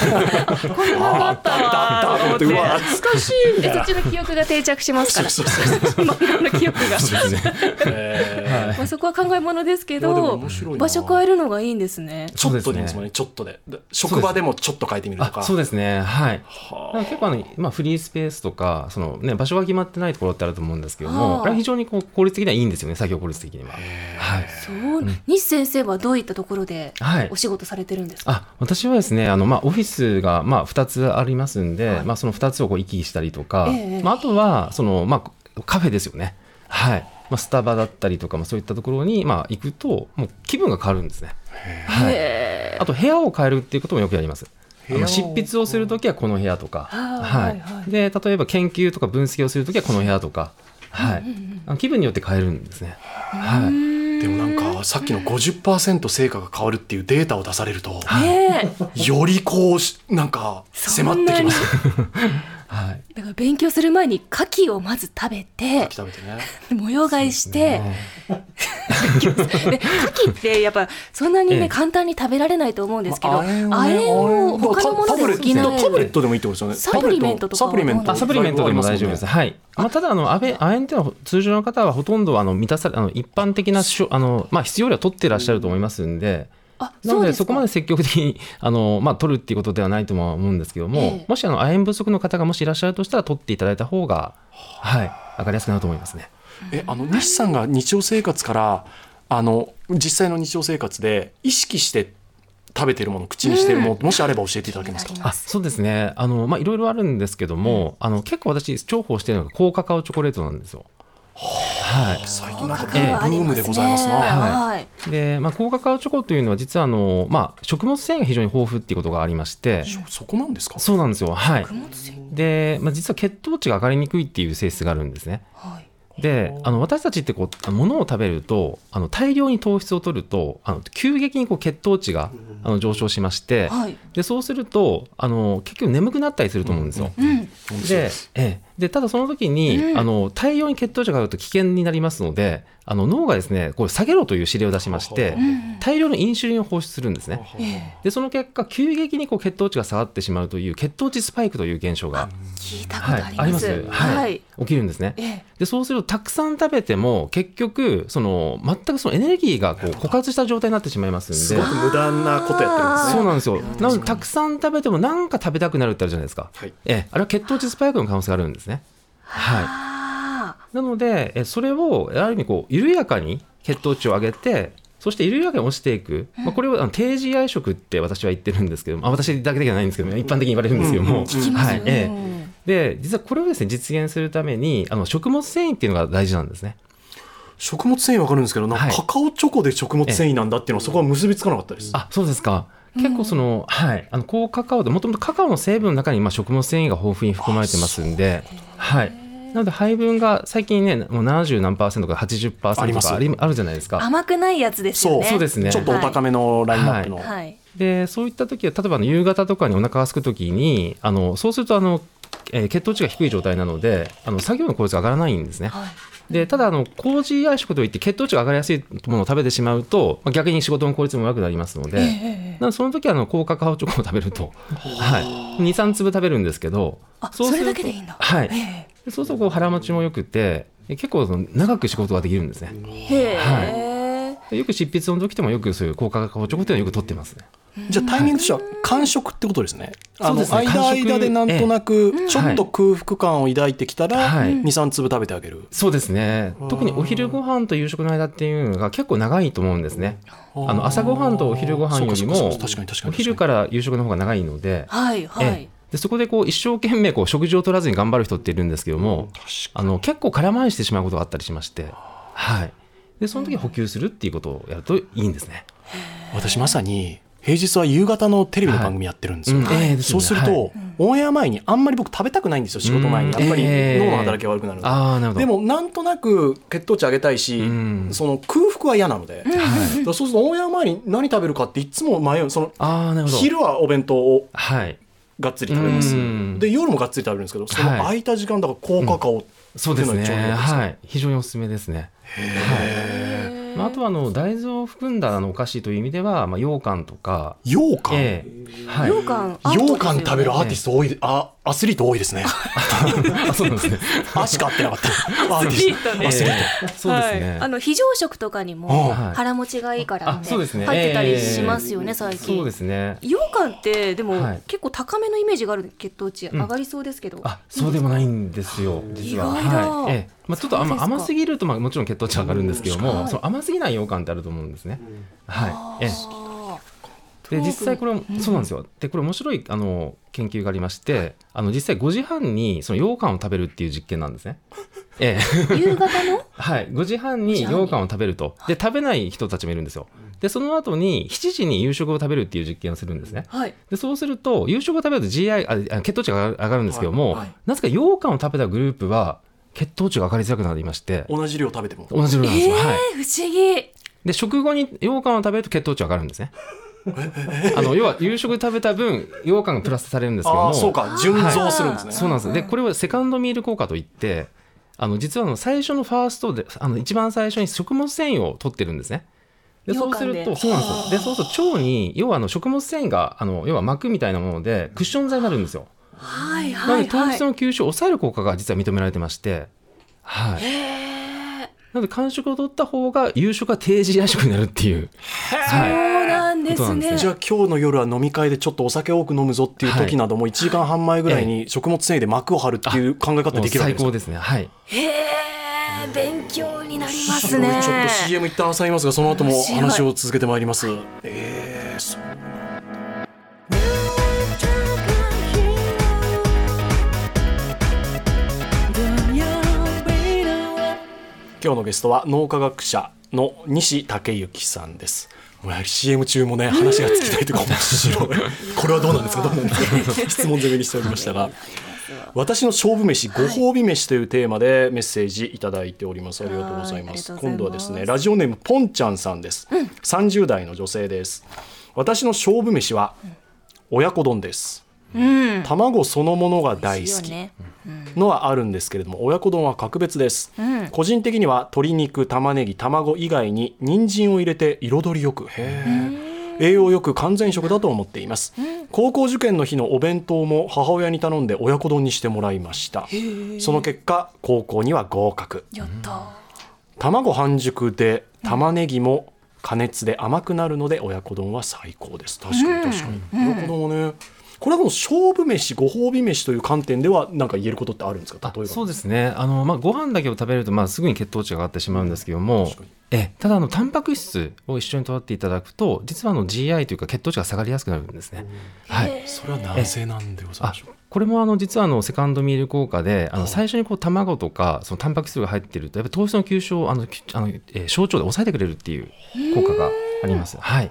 [SPEAKER 2] こんなのあったわーと思って
[SPEAKER 1] うわ懐かしいみた
[SPEAKER 2] で
[SPEAKER 1] い
[SPEAKER 2] そっ
[SPEAKER 1] な。
[SPEAKER 2] ちの記憶が定着しますから
[SPEAKER 1] そう そうそう
[SPEAKER 2] 今の記憶が、
[SPEAKER 3] そうですね。
[SPEAKER 1] え
[SPEAKER 3] はい
[SPEAKER 2] まあ、そこは考えものですけ
[SPEAKER 1] ーいやでも
[SPEAKER 2] ど
[SPEAKER 1] 面白いな
[SPEAKER 2] 場所変えるのがいいんですね
[SPEAKER 1] ちょっとでいいんですもんねちょっとでで職場でもちょっと変えてみると
[SPEAKER 3] あ、
[SPEAKER 1] か
[SPEAKER 3] そうですね。はい。だか
[SPEAKER 1] は
[SPEAKER 3] ら結構あの、まあ、フリースペースとかその、ね、場所が決まってないところってあると思うんですけど
[SPEAKER 2] ああ
[SPEAKER 3] もあれは非常にこう効率的にはいいんですよね作業効率的には。はい
[SPEAKER 2] そう西先生はどういったところで
[SPEAKER 3] はい
[SPEAKER 2] お仕事されてるんですか、
[SPEAKER 3] あ私はですねあの、まあ、オフィスが、まあ、2つありますんで、まあ、その2つをこう行き来したりとか、
[SPEAKER 2] ええ
[SPEAKER 3] まあ、あとはその、まあ、カフェですよね、はいまあ、スタバだったりとか、まあ、そういったところに、まあ、行くともう気分が変わるんですね。はい、
[SPEAKER 2] へ
[SPEAKER 3] あと部屋を変えるっていうこともよくやります。あ
[SPEAKER 1] 部屋
[SPEAKER 3] の
[SPEAKER 1] を
[SPEAKER 3] 執筆をするときはこの部屋とか、
[SPEAKER 2] あーはいは
[SPEAKER 3] はい、で例えば研究とか分析をするときはこの部屋とか、はい、あの気分によって変えるんですね。はい
[SPEAKER 1] でもなんかさっきの50%成果が変わるっていうデータを出されると
[SPEAKER 2] えねえ
[SPEAKER 1] よりこうしなんか迫ってきます
[SPEAKER 3] はい、
[SPEAKER 2] だから勉強する前に牡蠣をまず食べて
[SPEAKER 1] 食べて ね
[SPEAKER 2] 模様替えして、で牡蠣ってやっぱそんなにね、
[SPEAKER 3] ええ
[SPEAKER 2] 簡単に食べられないと思うんですけど、
[SPEAKER 1] まあ亜鉛
[SPEAKER 2] 亜鉛を
[SPEAKER 1] 亜鉛
[SPEAKER 2] 他のもので補
[SPEAKER 1] タブレット
[SPEAKER 2] え
[SPEAKER 1] タブレッ
[SPEAKER 2] る
[SPEAKER 1] トでもいいってことですよね
[SPEAKER 2] サプリメントとか
[SPEAKER 1] サプリメント
[SPEAKER 3] あサプリメントでも大丈夫です。
[SPEAKER 1] ね
[SPEAKER 3] はい。まあ、ただあの安倍亜鉛っていうのは通常の方はほとんどあの満たされあの一般的なしょあのまあ必要量は取ってらっしゃると思いますんで。
[SPEAKER 2] あ
[SPEAKER 3] な
[SPEAKER 2] そ
[SPEAKER 3] の
[SPEAKER 2] うで
[SPEAKER 3] ですそ
[SPEAKER 2] か
[SPEAKER 3] こまで積極的にあの、まあ、取るっていうことではないとは思うんですけども、
[SPEAKER 2] ええ
[SPEAKER 3] もしあの亜鉛不足の方がもしいらっしゃるとしたら取っていただいた方が、はい、上がりやすくなると思いますね。
[SPEAKER 1] えあの西さんが日常生活からあの実際の日常生活で意識して食べてるもの口にしてるもの、もしあれば教えていただけますか
[SPEAKER 2] 気になり
[SPEAKER 3] あそうですねあの、まあ、いろいろあるんですけども、あの結構私重宝してるのが高カカオチョコレートなんですよ。はい、
[SPEAKER 1] 最近なんか
[SPEAKER 2] 価
[SPEAKER 1] ブ
[SPEAKER 2] 格はあり
[SPEAKER 1] ー
[SPEAKER 2] ま
[SPEAKER 1] ム
[SPEAKER 2] す
[SPEAKER 1] で
[SPEAKER 2] ね
[SPEAKER 1] ございますな、
[SPEAKER 2] はい、
[SPEAKER 3] で、まあ、高カカオチョコというのは実はあの、まあ、食物繊維が非常に豊富っていうことがありまして
[SPEAKER 1] しょそこなんですか
[SPEAKER 3] そうなんですよはい
[SPEAKER 2] 食物繊維
[SPEAKER 3] で、まあ、実は血糖値が上がりにくいっていう性質があるんですね
[SPEAKER 2] はい
[SPEAKER 3] であの私たちってこう物を食べるとあの大量に糖質を取るとあの急激にこう血糖値があの上昇しまして
[SPEAKER 2] はい
[SPEAKER 3] でそうするとあの結局眠くなったりすると思うんですよ、
[SPEAKER 2] うん
[SPEAKER 3] でええでただその時に、
[SPEAKER 2] うん
[SPEAKER 3] あの大量に血糖値が上がると危険になりますのであの脳がですねこれ下げろという指令を出しまして
[SPEAKER 1] うん
[SPEAKER 3] 大量のインシュリンを放出するんですね
[SPEAKER 1] は
[SPEAKER 2] え
[SPEAKER 3] でその結果急激にこう血糖値が下がってしまうという血糖値スパイクという現象が、
[SPEAKER 2] 聞いたこ
[SPEAKER 3] は
[SPEAKER 2] とあります、
[SPEAKER 3] ありますはい起きるんですね
[SPEAKER 2] ええ
[SPEAKER 3] でそうするとたくさん食べても結局その全くそのエネルギーがこう枯渇した状態になってしまいますんです
[SPEAKER 1] ごく無駄なことやってるんです
[SPEAKER 3] そう
[SPEAKER 1] ね
[SPEAKER 3] なんですよなのでたくさん食べてもなんか食べたくなるってあるじゃないですか、
[SPEAKER 1] はい
[SPEAKER 3] ええ、あれは血糖値スパイクの可能性があるんですねはい
[SPEAKER 2] あ
[SPEAKER 3] なので、えそれをある意味こう緩やかに血糖値を上げて、そして緩やかに落ちていく、まあ、これをあの低 GI 食って私は言ってるんですけども、あ私だけではないんですけども、一般的に言われるんですけど
[SPEAKER 1] うんうん
[SPEAKER 3] も、
[SPEAKER 1] 聞
[SPEAKER 2] きます
[SPEAKER 3] は
[SPEAKER 2] よね
[SPEAKER 3] いええで実はこれをです、ね、実現するためにあの、食物繊維っていうのが大事なんですね。
[SPEAKER 1] 食物繊維わかるんですけどなんか
[SPEAKER 3] はい
[SPEAKER 1] カカオチョコで食物繊維なんだっていうのはそこは結びつかなかったです、
[SPEAKER 3] あそうですか結構その、はい、あの高カカオでもともとカカオの成分の中にまあ食物繊維が豊富に含まれてますんで、はい、なので配分が最近ねもう70何パーセントから80%パーセ
[SPEAKER 1] あり
[SPEAKER 3] ント
[SPEAKER 1] ま
[SPEAKER 3] と
[SPEAKER 1] す
[SPEAKER 3] かありあるじゃないですか。
[SPEAKER 2] 甘くないやつですよ
[SPEAKER 1] そう
[SPEAKER 2] ね
[SPEAKER 3] そうですね
[SPEAKER 1] ちょっとお高めのラインナップの、
[SPEAKER 2] はい
[SPEAKER 3] でそういった時は例えばあの夕方とかにお腹が空く時にあのそうするとあの、えー血糖値が低い状態なのであの作業の効率が上がらないんですね。
[SPEAKER 2] はい
[SPEAKER 3] でただあの高 GI 食といって血糖値が上がりやすいものを食べてしまうと、まあ、逆に仕事の効率も悪くなりますので、なのでその時はあの高カカオチョコを食べると、はい、23粒食べるんですけど
[SPEAKER 2] あ
[SPEAKER 3] うすると
[SPEAKER 2] それだけでいいんだ
[SPEAKER 3] はい、でそうするとこう腹持ちもよくて結構その長く仕事ができるんですね。
[SPEAKER 2] へえ、
[SPEAKER 3] でよく執筆の時でもよくそういう高価格補聴というのはよく取ってますね。
[SPEAKER 1] じゃあタイミングとしては間食ってことですね。あ
[SPEAKER 3] そう
[SPEAKER 1] の
[SPEAKER 3] ですね
[SPEAKER 1] 間
[SPEAKER 3] 間食
[SPEAKER 1] 間でなんとなくちょっと空腹感を抱いてきたら
[SPEAKER 3] はい
[SPEAKER 1] 2、3粒食べてあげる。
[SPEAKER 3] そうですね
[SPEAKER 1] あー
[SPEAKER 3] 特にお昼ご飯と夕食の間っていうのが結構長いと思うんですね。あの朝ごはんとお昼ご飯よりも
[SPEAKER 1] そうかそうかそうか確かに確か
[SPEAKER 3] お
[SPEAKER 1] に確かに
[SPEAKER 3] 昼から夕食の方が長いので,、
[SPEAKER 2] はいは
[SPEAKER 3] え
[SPEAKER 2] い
[SPEAKER 3] え。でそこでこう一生懸命こう食事を取らずに頑張る人っているんですけども
[SPEAKER 1] 確か
[SPEAKER 3] あの結構空回りしてしまうことがあったりしまして、はい、でその時補給するっていうことをやるといいんですね。
[SPEAKER 1] に私まさに平日は夕方のテレビの番組やってるんですよ、
[SPEAKER 3] はいうんええです
[SPEAKER 1] そ
[SPEAKER 3] よ
[SPEAKER 1] う
[SPEAKER 3] ね
[SPEAKER 1] すると、
[SPEAKER 3] はい
[SPEAKER 1] オンエア前にあんまり僕食べたくないんですよ仕事前に
[SPEAKER 3] う
[SPEAKER 1] や
[SPEAKER 3] ん
[SPEAKER 1] っぱり
[SPEAKER 3] ええ
[SPEAKER 1] 脳の働きが悪くなるので、
[SPEAKER 3] あーなるほど
[SPEAKER 1] でもなんとなく血糖値上げたいし、
[SPEAKER 3] うん
[SPEAKER 1] その空腹は嫌なので、だからそうするとオンエア前に何食べるかっていつも迷うその
[SPEAKER 3] あーなるほど
[SPEAKER 1] 昼はお弁当を
[SPEAKER 3] はい、
[SPEAKER 1] がっつり食べます
[SPEAKER 3] うん
[SPEAKER 1] で夜もがっつり食べるんですけどその空いた時間だから高カカオって
[SPEAKER 3] そう
[SPEAKER 1] い
[SPEAKER 3] で
[SPEAKER 1] うの
[SPEAKER 3] す
[SPEAKER 1] が
[SPEAKER 3] ね
[SPEAKER 1] 一番いいわけですね
[SPEAKER 3] はい、非常におすすめですね。はいまあ、あとはあの大豆を含んだあのお菓子という意味では、まあ、羊羹とか、
[SPEAKER 1] 羊羹、
[SPEAKER 3] ええはい、
[SPEAKER 2] 羊羹アートですよね
[SPEAKER 1] 羊羹食べるアーティスト多い、あアスリート多いです ね。
[SPEAKER 3] あそうなんですね。
[SPEAKER 1] あしか合ってなかった。アーティスト。アスリート。
[SPEAKER 3] ええそうですね。
[SPEAKER 2] はい、あの非常食とかにも
[SPEAKER 1] あ
[SPEAKER 3] はい
[SPEAKER 2] 腹持ちがいいから、ね
[SPEAKER 3] あそうですね
[SPEAKER 2] 入ってたりしますよね、
[SPEAKER 3] ええ
[SPEAKER 2] 最近
[SPEAKER 3] そうですね。
[SPEAKER 2] 羊羹ってでも、
[SPEAKER 3] はい
[SPEAKER 2] 結構高めのイメージがある血糖値上がりそうですけど、
[SPEAKER 3] あ、そうでもないんですよ。実は。
[SPEAKER 2] 意外だ
[SPEAKER 3] はい。ええ、まあちょっと
[SPEAKER 2] そうです
[SPEAKER 3] 甘
[SPEAKER 2] か
[SPEAKER 3] 甘すぎるとまあもちろん血糖値上がるんですけど
[SPEAKER 2] うんはい
[SPEAKER 3] も、その甘すぎない羊羹ってあると思うんですね。はい。ええ。
[SPEAKER 2] あ
[SPEAKER 3] で実際これ、そうなんですよでこれ面白いあの研究がありましてあの実際5時半にその羊羹を食べるっていう実験なんですね。え え、
[SPEAKER 2] ー夕方の
[SPEAKER 3] はい5時半に羊羹を食べるとで食べない人たちもいるんですよ。でその後に7時に夕食を食べるっていう実験をするんですね。
[SPEAKER 2] はい
[SPEAKER 3] でそうすると夕食を食べると GI ああ血糖値が上がる上がるんですけども、
[SPEAKER 1] はいはい
[SPEAKER 3] なぜか羊羹を食べたグループは血糖値が上がりづらくなりまして
[SPEAKER 1] 同じ量食べても。
[SPEAKER 3] 同じよう
[SPEAKER 2] え
[SPEAKER 3] なんです
[SPEAKER 2] ー
[SPEAKER 3] よ。はい
[SPEAKER 2] 不思議
[SPEAKER 3] で食後に羊羹を食べると血糖値上がるんですね。あの要は夕食食べた分羊羹がプラスされるんですけど
[SPEAKER 1] あ
[SPEAKER 3] も
[SPEAKER 1] あ、そうか。純増するんですね。
[SPEAKER 3] そうなんですでこれはセカンドミール効果といってあの実はあの最初のファーストであの一番最初に食物繊維を取ってるんですね。で
[SPEAKER 2] 羊
[SPEAKER 3] そう
[SPEAKER 2] 羹
[SPEAKER 3] す
[SPEAKER 2] で
[SPEAKER 3] るとそうなんですよでそうすると腸に要はあの食物繊維があの要は膜みたいなものでクッション材になるんですよ。
[SPEAKER 2] はい
[SPEAKER 3] なの
[SPEAKER 2] は
[SPEAKER 3] で
[SPEAKER 2] い
[SPEAKER 3] 糖
[SPEAKER 2] は
[SPEAKER 3] 質
[SPEAKER 2] い
[SPEAKER 3] の吸収を抑える効果が実は認められてまして、はい、なので間食を取った方が夕食が低 GI 食になるっていう、
[SPEAKER 2] そう
[SPEAKER 3] は
[SPEAKER 2] なんですね
[SPEAKER 1] じゃあ今日の夜は飲み会でちょっとお酒多く飲むぞっていう時なども1時間半前ぐらいに食物繊維で膜を張るっていう考え
[SPEAKER 3] い、
[SPEAKER 1] 方
[SPEAKER 3] もう
[SPEAKER 1] できるわけ
[SPEAKER 3] 最
[SPEAKER 1] ですか
[SPEAKER 3] 高ですね。はい、
[SPEAKER 2] へえ勉強になります
[SPEAKER 1] すごい
[SPEAKER 2] ね
[SPEAKER 1] ちょっと CM 一旦挟みますがその後も
[SPEAKER 2] 面白い
[SPEAKER 1] 話を続けてまいります。えーそう今日のゲストは脳科学者の西武之さんです。もうやはり CM 中もね話が尽きないというか面白い これはどうなんですかどうなんですか 質問攻めにしておりましたが私の勝負飯ご褒美飯というテーマでメッセージいただいておりますありがとうございます
[SPEAKER 2] はいありがとうございます
[SPEAKER 1] 今度はですねラジオネームポンちゃんさんです、30代の女性です私の勝負飯は親子丼です、
[SPEAKER 2] うん
[SPEAKER 1] 卵そのものが大好
[SPEAKER 2] です
[SPEAKER 1] き、
[SPEAKER 2] よね
[SPEAKER 1] のはあるんですけれども親子丼は格別です、
[SPEAKER 2] ん
[SPEAKER 1] 個人的には鶏肉玉ねぎ卵以外に人参を入れて彩りよくへー栄養よく完全食だと思っています、高校受験の日のお弁当も母親に頼んで親子丼にしてもらいましたその結果高校には合格
[SPEAKER 2] やったー
[SPEAKER 1] 卵半熟で玉ねぎも加熱で甘くなるので親子丼は最高です確かに確かに、親子丼はねこれはこの勝負飯ご褒美飯という観点では何か言えることってあるんですか
[SPEAKER 3] あ
[SPEAKER 1] 例えば
[SPEAKER 3] そうですねあの、まあ、ご飯だけを食べると、まあ、すぐに血糖値が上がってしまうんですけども
[SPEAKER 1] 確かに
[SPEAKER 3] えただあのタンパク質を一緒に取っていただくと実はあの GI というか血糖値が下がりやすくなるんですね。はい、
[SPEAKER 1] それはなぜなんでござい
[SPEAKER 3] あ
[SPEAKER 1] ましょう
[SPEAKER 3] これもあの実はあのセカンドミール効果であの最初にこう卵とかそのタンパク質が入っているとやっぱ糖質の吸収をあのきあの、えー小腸で抑えてくれるっていう効果があります。はい、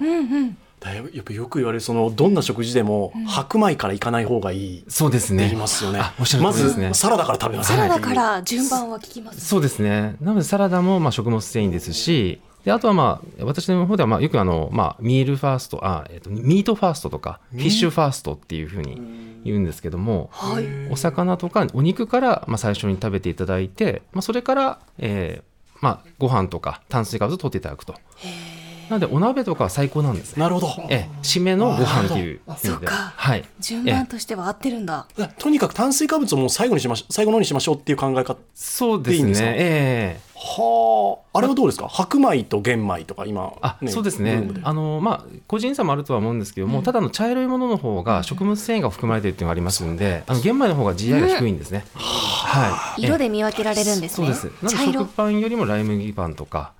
[SPEAKER 1] だいぶやっぱよく言われるそのどんな食事でも白米からいかない方がいいって
[SPEAKER 3] そうです
[SPEAKER 1] 言
[SPEAKER 3] ね
[SPEAKER 1] いますよね
[SPEAKER 3] あおっしゃる
[SPEAKER 1] ま
[SPEAKER 3] 通りですね
[SPEAKER 1] ずサラダから食べなさ
[SPEAKER 2] サ
[SPEAKER 1] い
[SPEAKER 2] ラダから順番は聞きます。
[SPEAKER 3] そうですね。なのでサラダもまあ食物繊維ですし、であとはまあ私の方ではまあよくあのまあミールファースト、あえっとミートファーストとかフィッシュファーストっていうふうに言うんですけども、
[SPEAKER 2] はい。
[SPEAKER 3] お魚とかお肉からまあ最初に食べていただいて、まあそれから、えーまあご飯とか炭水化物を取っていただくと。なのでお鍋とかは最高なんですね。
[SPEAKER 1] なるほど
[SPEAKER 3] ええ、締めのご飯っていう意味で、
[SPEAKER 2] そうか
[SPEAKER 3] はい。
[SPEAKER 2] 順番としては合ってるんだ。
[SPEAKER 1] だからとにかく炭水化物をもう最後にしまし最後のにしましょうっていう考え方
[SPEAKER 3] そうです
[SPEAKER 1] いいん
[SPEAKER 3] ね。
[SPEAKER 1] ですか
[SPEAKER 3] ええ
[SPEAKER 1] はああれはどうですか白米と玄米とか今、
[SPEAKER 3] あそうです
[SPEAKER 1] ブー
[SPEAKER 3] ね
[SPEAKER 1] ムで
[SPEAKER 3] あの、まあ、個人差もあるとは思うんですけども、ただの茶色いものの方が植物繊維が含まれているっていうのがありますんで、あの玄米の方が GI が低いんですね。はい、
[SPEAKER 2] 色で見分けられるんです
[SPEAKER 3] そう
[SPEAKER 2] ね。
[SPEAKER 3] ですな
[SPEAKER 2] 茶
[SPEAKER 3] ので食
[SPEAKER 2] 色。
[SPEAKER 3] パンよりもライ麦パンとか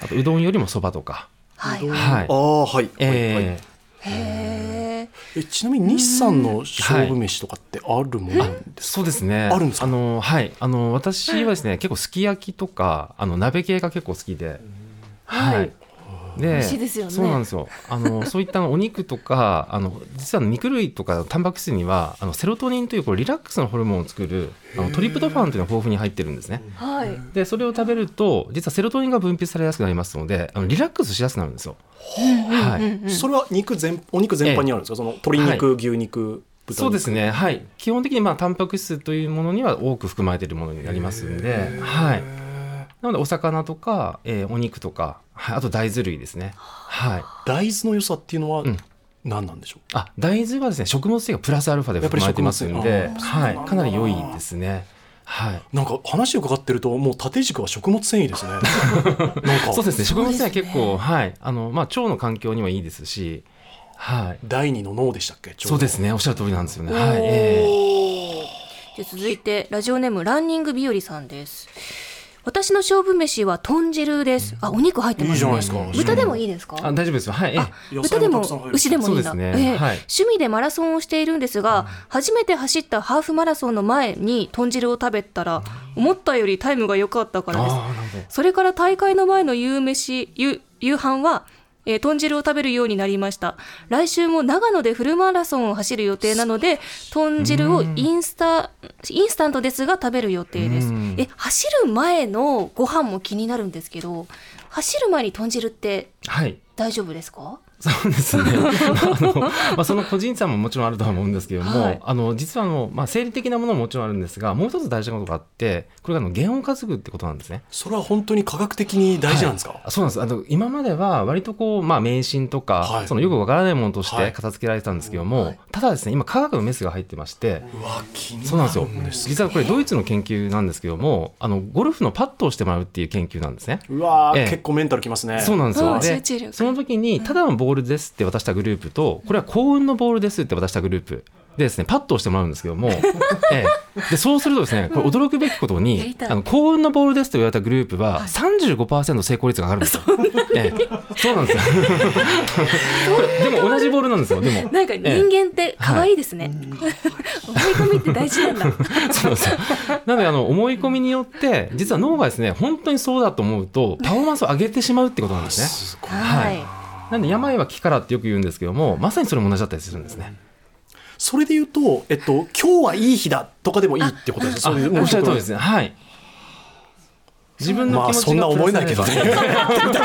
[SPEAKER 3] あとうどんよりもそばとか、
[SPEAKER 2] はい。へ
[SPEAKER 3] はい
[SPEAKER 1] ああはい、はいは
[SPEAKER 3] え
[SPEAKER 1] い
[SPEAKER 2] え。
[SPEAKER 1] えちなみに日産の勝負飯とかってあるもん、
[SPEAKER 3] ーあそうですね
[SPEAKER 1] あるんですか
[SPEAKER 3] のはいあの私はですね結構すき焼きとかあの鍋系が結構好きではいで
[SPEAKER 2] 味しいですよね
[SPEAKER 3] そうなんですよあのそういったお肉とかあの実は肉類とかタンパク質にはあのセロトニンというこうリラックスのホルモンを作るあのトリプトファンというのが豊富に入ってるんですね
[SPEAKER 2] はい。
[SPEAKER 3] でそれを食べると実はセロトニンが分泌されやすくなりますのであのリラックスしやすくなるんですよはい
[SPEAKER 2] うんうん
[SPEAKER 1] それは肉全お肉全般にあるんですか、その鶏肉、
[SPEAKER 3] は
[SPEAKER 1] 牛肉豚肉
[SPEAKER 3] そうですね、はい、基本的にまあタンパク質というものには多く含まれているものになりますんで、はい、なのでお魚とか、えーお肉とか、はい、あと大豆類ですね、はい、
[SPEAKER 1] 大豆の良さっていうのは
[SPEAKER 3] うん
[SPEAKER 1] 何なんでしょう、
[SPEAKER 3] あ大豆はですね食物繊維がプラスアルファで含まれてますん
[SPEAKER 1] やっ
[SPEAKER 3] で
[SPEAKER 1] ぱ、り食物繊維あ
[SPEAKER 3] は
[SPEAKER 1] ー
[SPEAKER 3] い、かなり良いですね。はい
[SPEAKER 1] なんか話を伺ってるともう縦軸は食物繊維 ですねなんか
[SPEAKER 3] そうですね食物繊維
[SPEAKER 2] そう
[SPEAKER 3] は
[SPEAKER 2] ですね
[SPEAKER 3] 結構、はいあのまあ、腸の環境にもいいですし、はい、
[SPEAKER 1] 第二の脳でしたっけ
[SPEAKER 3] そうです
[SPEAKER 1] ね
[SPEAKER 3] ねおっしゃる通りなんですよね。
[SPEAKER 2] お
[SPEAKER 3] はいえー
[SPEAKER 2] じゃあ続いてラジオネームランニング日和さんです。私の勝負飯は豚汁です。あ、お肉入ってます、ね。
[SPEAKER 1] いいじゃないですか
[SPEAKER 2] 豚でもいいですか？
[SPEAKER 3] あ大丈夫ですよ、はいえー
[SPEAKER 1] 野
[SPEAKER 2] 豚
[SPEAKER 1] 菜
[SPEAKER 2] で
[SPEAKER 1] もた
[SPEAKER 2] も
[SPEAKER 1] くさん入る
[SPEAKER 2] 牛でもいいんだ、
[SPEAKER 3] そうです
[SPEAKER 2] え
[SPEAKER 3] ね
[SPEAKER 2] え
[SPEAKER 3] はい
[SPEAKER 2] 趣味でマラソンをしているんですが、初めて走ったハーフマラソンの前に豚汁を食べたら思ったよりタイムが良かったからです
[SPEAKER 3] あーなるほど
[SPEAKER 2] それから大会の前の夕飯夕夕飯は、えー豚汁を食べるようになりました来週も長野でフルマラソンを走る予定なので豚汁をインスタインスタントですが食べる予定です
[SPEAKER 3] うん
[SPEAKER 2] え走る前のご飯も気になるんですけど走る前に豚汁って
[SPEAKER 3] はい
[SPEAKER 2] 大丈夫ですか
[SPEAKER 3] そうですね。あの、まあ、その個人差ももちろんあるとは思うんですけれども、
[SPEAKER 2] はい
[SPEAKER 3] あの、実はあの、まあ、生理的なものももちろんあるんですが、もう一つ大事なことがあって、これがあの、弦を担ぐってことなんですね。
[SPEAKER 1] それは本当に科学的に大事なんですか、
[SPEAKER 3] はいそうなんです。あの、今までは割とこう、まあ、迷信とか、
[SPEAKER 1] はい
[SPEAKER 3] そのよくわからないものとし
[SPEAKER 1] はい
[SPEAKER 3] て片付けられてたんですけども、ただですね、今科学のメスが入ってまして、
[SPEAKER 1] うわ気に
[SPEAKER 3] そうなんですよ。
[SPEAKER 1] ね
[SPEAKER 3] 実はこれドイツの研究なんですけども、あの、ゴルフのパットをしてもらうっていう研究なんですね。
[SPEAKER 1] うわー、
[SPEAKER 3] ええ
[SPEAKER 1] 結構メンタルきますね
[SPEAKER 3] そうなんです
[SPEAKER 2] う
[SPEAKER 3] よ。
[SPEAKER 2] ん集中力
[SPEAKER 3] で、その時に、ただのボールですって渡したグループと、これは幸運のボールですって渡したグループ。でですね、パッと押してもらうんです けども、ええ、でそうするとですね、これ驚くべきこと
[SPEAKER 2] やり
[SPEAKER 3] に、
[SPEAKER 2] たい
[SPEAKER 3] あの幸運のボールですと言われたグループは35%成功率が上がるんですよ。ええ、そうなんですよ。これ でも同じボールなんですよ。でも
[SPEAKER 2] なんか人間って可愛いですね、思い込みって大事 なんだ
[SPEAKER 3] そうそう。なので、あの、思い込みによって、実は脳がですね、本当にそうだと思うと、パフォーマンスを上げてしまうってことなんですね。
[SPEAKER 1] すごい
[SPEAKER 2] は
[SPEAKER 3] はいいなんで、病は気からってよく言うんですけども、まさにそれも同じだったりするんですね。
[SPEAKER 1] それで言うと、えっと、今日はいい日だとかでもいいってことです
[SPEAKER 3] あ
[SPEAKER 1] よね。そういう
[SPEAKER 3] おっしゃる通りですね。はい。自分の
[SPEAKER 1] ま
[SPEAKER 3] 気
[SPEAKER 1] あ
[SPEAKER 3] 持ちが
[SPEAKER 1] そんな思えないけどね。言ってみた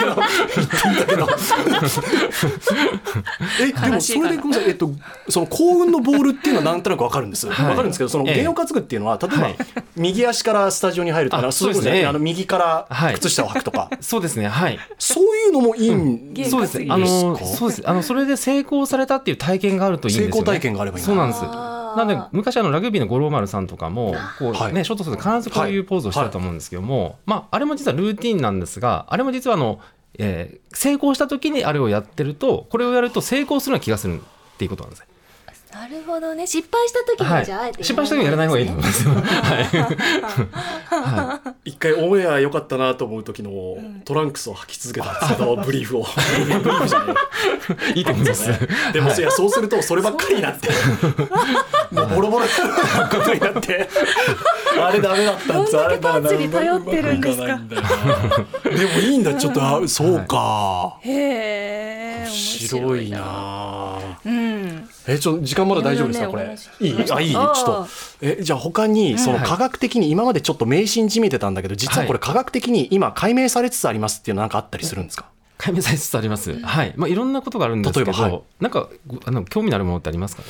[SPEAKER 1] けど。言ってみたけど。え、でもそれでごめんなさい。えっと、その幸運のボールっていうのはなんとなくわかるんです。わ、
[SPEAKER 3] はい
[SPEAKER 1] かるんですけど、その
[SPEAKER 3] ええ
[SPEAKER 1] 芸を担ぐっていうのは、例えば、
[SPEAKER 3] はい
[SPEAKER 1] 右足からスタジオに入るとか、
[SPEAKER 3] あ
[SPEAKER 1] そういうことです
[SPEAKER 3] そうです
[SPEAKER 1] ね。
[SPEAKER 3] ね
[SPEAKER 1] あの右か
[SPEAKER 3] は
[SPEAKER 1] ら
[SPEAKER 3] い
[SPEAKER 1] 靴下を履くとか、
[SPEAKER 3] そうですね。はい。
[SPEAKER 1] そういうのもいいん
[SPEAKER 2] 芸
[SPEAKER 3] そう
[SPEAKER 2] 担
[SPEAKER 3] で
[SPEAKER 2] ぎで
[SPEAKER 3] す
[SPEAKER 2] す
[SPEAKER 3] ね。
[SPEAKER 2] か
[SPEAKER 3] あの、そうです。あの、それで成功されたっていう体験があるといいんですよ、ね。
[SPEAKER 1] 成功体験があればいいな
[SPEAKER 3] そうなんです。
[SPEAKER 2] あー
[SPEAKER 3] なんで、昔あの、ラグビーの五郎丸さんとかも、こうね、
[SPEAKER 1] はい
[SPEAKER 3] ショートすると必ずこういうポーズをしてたと思うんですけども、まあ、あれも実はルーティンなんですが、あれも実はあの、えー成功した時にあれをやってると、これをやると成功するような気がするっていうことなんですね。
[SPEAKER 2] なるほどね失敗した時
[SPEAKER 3] は
[SPEAKER 2] に
[SPEAKER 3] い
[SPEAKER 2] じゃああえて、。
[SPEAKER 3] 失敗した時にやらない方がいいと思いますよ。はい。はい
[SPEAKER 1] 一回オンエア良かったなと思う時のトランクスを履き続けたんですけど、 ブリーフを。ブリーフじゃない
[SPEAKER 3] いいと思います。
[SPEAKER 1] でも、いやそうするとそればっかりにな ってもうボロボロになることにな ってあれダメだったんですあれ
[SPEAKER 2] どんだけパンチに頼ってるんですか
[SPEAKER 1] うまくいないんだよなでもいいんだちょっとあそうか
[SPEAKER 2] へえ面白
[SPEAKER 1] 白
[SPEAKER 2] い
[SPEAKER 1] い
[SPEAKER 2] な
[SPEAKER 1] な
[SPEAKER 2] うん
[SPEAKER 1] えちょっと時間まだ大丈夫ですか
[SPEAKER 2] い
[SPEAKER 1] こ
[SPEAKER 2] ろいろ
[SPEAKER 1] れ
[SPEAKER 2] ね
[SPEAKER 1] いい
[SPEAKER 2] お話
[SPEAKER 1] あいいちょっ
[SPEAKER 2] あ
[SPEAKER 1] とえじゃあ他にその科学的に今までちょっと迷信じみてたんだけど実はこれ科学的に今解明されつつありますっていうのなんかあったりするんですか
[SPEAKER 3] 解明されつつあります。はい。まあ、いろんなことがあるんですけど、
[SPEAKER 1] 例えばはい
[SPEAKER 3] なんか、ごあの、興味のあるものってありますか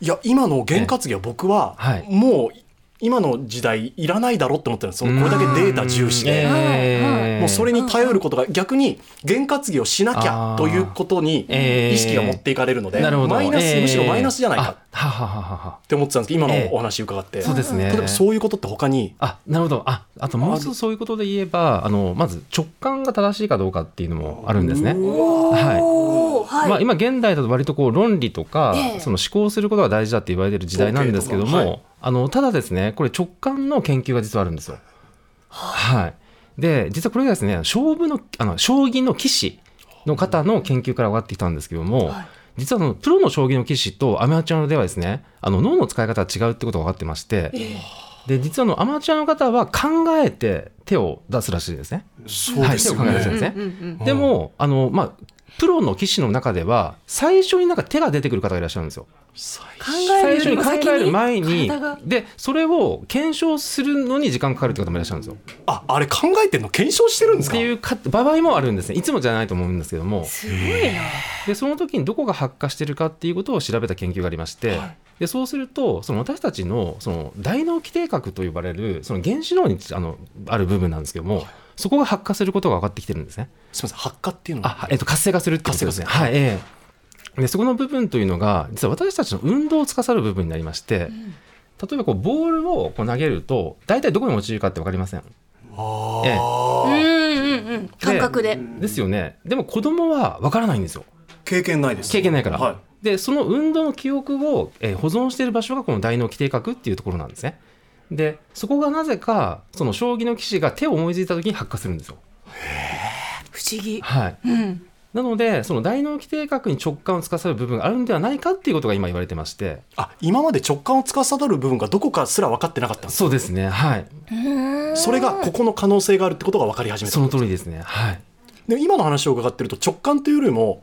[SPEAKER 1] いや今の験担ぎは僕は
[SPEAKER 3] はい
[SPEAKER 1] もう今の時代いらないだろって思ってるんですそのこれだけデータ重視で、もうそれに頼ることが逆に験担ぎをしなきゃということに
[SPEAKER 3] えー
[SPEAKER 1] 意識が持っていかれるので、
[SPEAKER 3] なるほど
[SPEAKER 1] マイナス、むしろマイナスじゃないかっ
[SPEAKER 3] あははははは
[SPEAKER 1] て思ってたんですけど今
[SPEAKER 3] ええ
[SPEAKER 1] のお話伺って、
[SPEAKER 3] そうですね
[SPEAKER 1] 例えばそういうことって他に
[SPEAKER 3] あなるほどああともう一つそういうことで言えばあのまず直感が正しいかどうかっていうのもあるんですね。
[SPEAKER 2] お
[SPEAKER 3] はい
[SPEAKER 2] お、はい
[SPEAKER 3] まあ、今現代だと割とこう論理とか、
[SPEAKER 2] ええ
[SPEAKER 3] その思考することが大事だって言われてる時代なんですけども、
[SPEAKER 1] 統計とか
[SPEAKER 3] あのただですねこれ直感の研究が実はあるんですよ。はい、で実はこれがですね勝負のあの将棋の棋士の方の研究から分かってきたんですけども、
[SPEAKER 2] はい
[SPEAKER 3] 実はあのプロの将棋の棋士とアマチュアではですねあの脳の使い方が違うってことが分かってまして、で実はあのアマチュアの方は考えて手を出すらしいですね。
[SPEAKER 1] そうですよね、
[SPEAKER 3] はい手を考えて
[SPEAKER 2] うん
[SPEAKER 3] ですね
[SPEAKER 2] うんうん
[SPEAKER 3] でも、あのまあ、プロの棋士の中では最初になんか手が出てくる方がいらっしゃるんですよ。
[SPEAKER 1] 最
[SPEAKER 2] 考える
[SPEAKER 3] 最初
[SPEAKER 2] より
[SPEAKER 3] に
[SPEAKER 2] も
[SPEAKER 3] 考
[SPEAKER 2] 先
[SPEAKER 3] える前に
[SPEAKER 2] 体が
[SPEAKER 3] でそれを検証するのに時間かかるって方もいらっしゃるんですよ。
[SPEAKER 1] ああれ考えてんの検証してるんです
[SPEAKER 3] っ
[SPEAKER 1] か
[SPEAKER 3] ていうか場合もあるんですねいつもじゃないと思うんですけども
[SPEAKER 2] すごいな。
[SPEAKER 3] でその時にどこが発火してるかっていうことを調べた研究がありまして、でそうするとその私たちのその大脳基底核と呼ばれるその原子脳にあのある部分なんですけどもそこが発火することが分かってきてるんですね。
[SPEAKER 1] すみません発火っていうのは
[SPEAKER 3] あ、えっと、活性化するってことですね。
[SPEAKER 1] 活性化
[SPEAKER 3] はい、ええで、そこの部分というのが、実は私たちの運動を司る部分になりまして、例えばこうボールをこう投げると、大体どこに落ちるかって分かりません。
[SPEAKER 1] あ
[SPEAKER 3] え
[SPEAKER 2] うん
[SPEAKER 1] ー
[SPEAKER 2] うんうん。感覚で。
[SPEAKER 3] ですよね。でも子供は分からないんですよ。
[SPEAKER 1] 経験ないです
[SPEAKER 3] 経験ないから。
[SPEAKER 1] はい
[SPEAKER 3] で、その運動の記憶を、えー保存している場所がこの大脳基底核っていうところなんですね。で、そこがなぜか、その将棋の棋士が手を思いついた時に発火するんですよ。
[SPEAKER 2] 不思議。
[SPEAKER 3] はい。
[SPEAKER 2] うん。
[SPEAKER 3] なので、その大脳基底核に直感を司る部分があるんではないかっていうことが今言われてまして、
[SPEAKER 1] あ今まで直感を司る部分がどこかすら分かってなかったんです
[SPEAKER 3] そうですね、はい、
[SPEAKER 1] それがここの可能性があるってことが分かり始めた
[SPEAKER 3] その通りですね、はい、
[SPEAKER 1] で今の話を伺ってると直感というよりも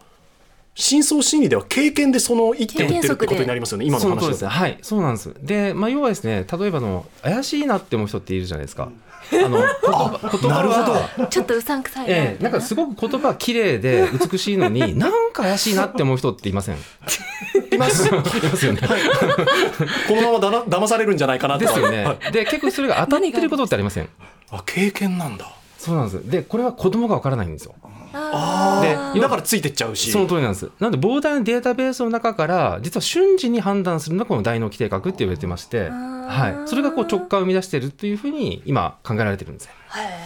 [SPEAKER 1] 深層心理では経験でその一点を打ってるってことになりますよね今の
[SPEAKER 3] その通
[SPEAKER 1] 話だ
[SPEAKER 3] りです
[SPEAKER 1] と
[SPEAKER 3] ね、はい、そうなんです。で、まあ、要はですね、例えばあの怪しいなって思う人っているじゃないで すか。あの、言葉、言葉
[SPEAKER 1] なるほど
[SPEAKER 3] は。
[SPEAKER 2] ちょっとうさんくさいな。
[SPEAKER 3] ええなんかすごく言葉綺麗で美しい のに、なんか怪しいなって思う人っていません。い
[SPEAKER 1] い ますこ
[SPEAKER 3] ますよね。
[SPEAKER 1] のままだな騙されるんじゃないかなと
[SPEAKER 3] で
[SPEAKER 1] は
[SPEAKER 3] すよ
[SPEAKER 1] はい
[SPEAKER 3] ね。で、結構それが当たってることってありません。
[SPEAKER 1] あ経験なんだ
[SPEAKER 3] そうなんです。で、これは子供がわからないんですよ。
[SPEAKER 2] あ
[SPEAKER 3] で
[SPEAKER 2] ー
[SPEAKER 3] 今
[SPEAKER 1] だからついてっちゃうし
[SPEAKER 3] その通りなんです。なので膨大なデータベースの中から実は瞬時に判断するのがこの大脳基底核って言われてまして、
[SPEAKER 2] ー
[SPEAKER 3] はい、それがこう直感を生み出しているというふうに今考えられてるんですね。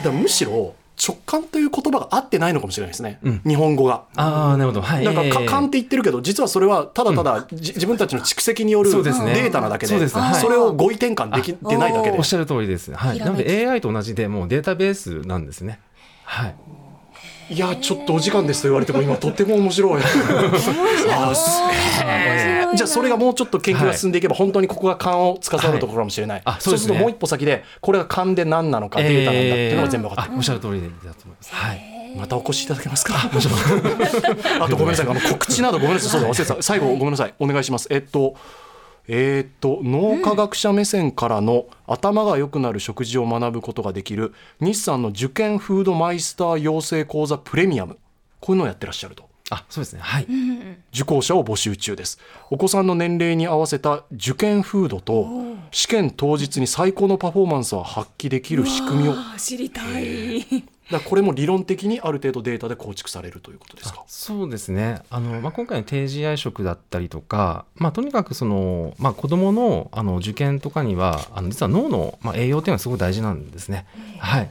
[SPEAKER 1] だからむしろ直感という言葉が合ってないのかもしれないですね、
[SPEAKER 3] うん
[SPEAKER 1] 日本語が。
[SPEAKER 3] ああなるほど。はい。
[SPEAKER 1] なんかか勘っ
[SPEAKER 3] え
[SPEAKER 1] て言ってるけど実はそれはただただじ自分たちの蓄積によるデ
[SPEAKER 3] そうですね
[SPEAKER 1] ータなだけで
[SPEAKER 3] そうですねはい
[SPEAKER 1] それを語彙転換でき
[SPEAKER 2] あ
[SPEAKER 1] てないだけ
[SPEAKER 3] ー
[SPEAKER 1] で
[SPEAKER 3] おっしゃる通りです。はい。
[SPEAKER 2] ひ
[SPEAKER 3] な
[SPEAKER 2] ら
[SPEAKER 3] の
[SPEAKER 2] めき
[SPEAKER 3] で AI と同じでもうデータベースなんですね。はい。
[SPEAKER 1] いやちょっとお時間ですと言われても今とっても面白いあーす
[SPEAKER 2] 面白 い
[SPEAKER 1] じゃあそれがもうちょっと研究が進んでいけば本当にここが勘を司るところかもしれない、
[SPEAKER 3] はいあ
[SPEAKER 1] そ
[SPEAKER 3] そう
[SPEAKER 1] う
[SPEAKER 3] ですすね
[SPEAKER 1] るともう一歩先でこれが勘で何なのかデータなんだっていうのが全部分かって
[SPEAKER 3] あおっしゃる通りだと思います。はい。
[SPEAKER 1] る、またお越しいただけますか あとごめんなさいあの告知などごめんなさいそうだ忘れてた最後ごめんなさいお願いしますえっとえーっと脳科学者目線からの頭が良くなる食事を学ぶことができる日産の受験フードマイスター養成講座プレミアムこういうのをやってらっしゃると
[SPEAKER 3] あそうですね。はい。
[SPEAKER 1] 受講者を募集中ですお子さんの年齢に合わせた受験風土と試験当日に最高のパフォーマンスを発揮できる仕組みをだか
[SPEAKER 2] あー知りたい。
[SPEAKER 1] らこれも理論的にある程度データで構築されるということですか
[SPEAKER 3] そうですねあの、まあ、今回の低 GI 食だったりとか、まあ、とにかくその、まあ、子どものあの受験とかにはあの実は脳の、まあ、栄養っていうのはすごく大事なんですね。はい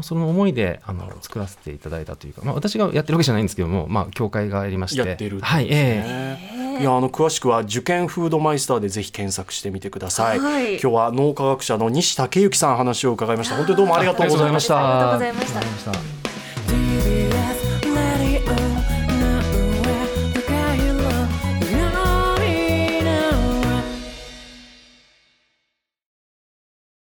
[SPEAKER 3] その思いであの作らせていただいたというか、まあ、私がやってるわけじゃないんですけども、まあ、教会がやりまして
[SPEAKER 1] やっているってことですね
[SPEAKER 3] はいええ
[SPEAKER 1] ねいやあの詳しくは受験フードマイスターでぜひ検索してみてください、
[SPEAKER 2] はい
[SPEAKER 1] 今日は脳科学者の西武之さん話を伺いました本当にどうもありがとうございました
[SPEAKER 2] ありがとうございました
[SPEAKER 3] ありがとうございました
[SPEAKER 4] TBS ラディオ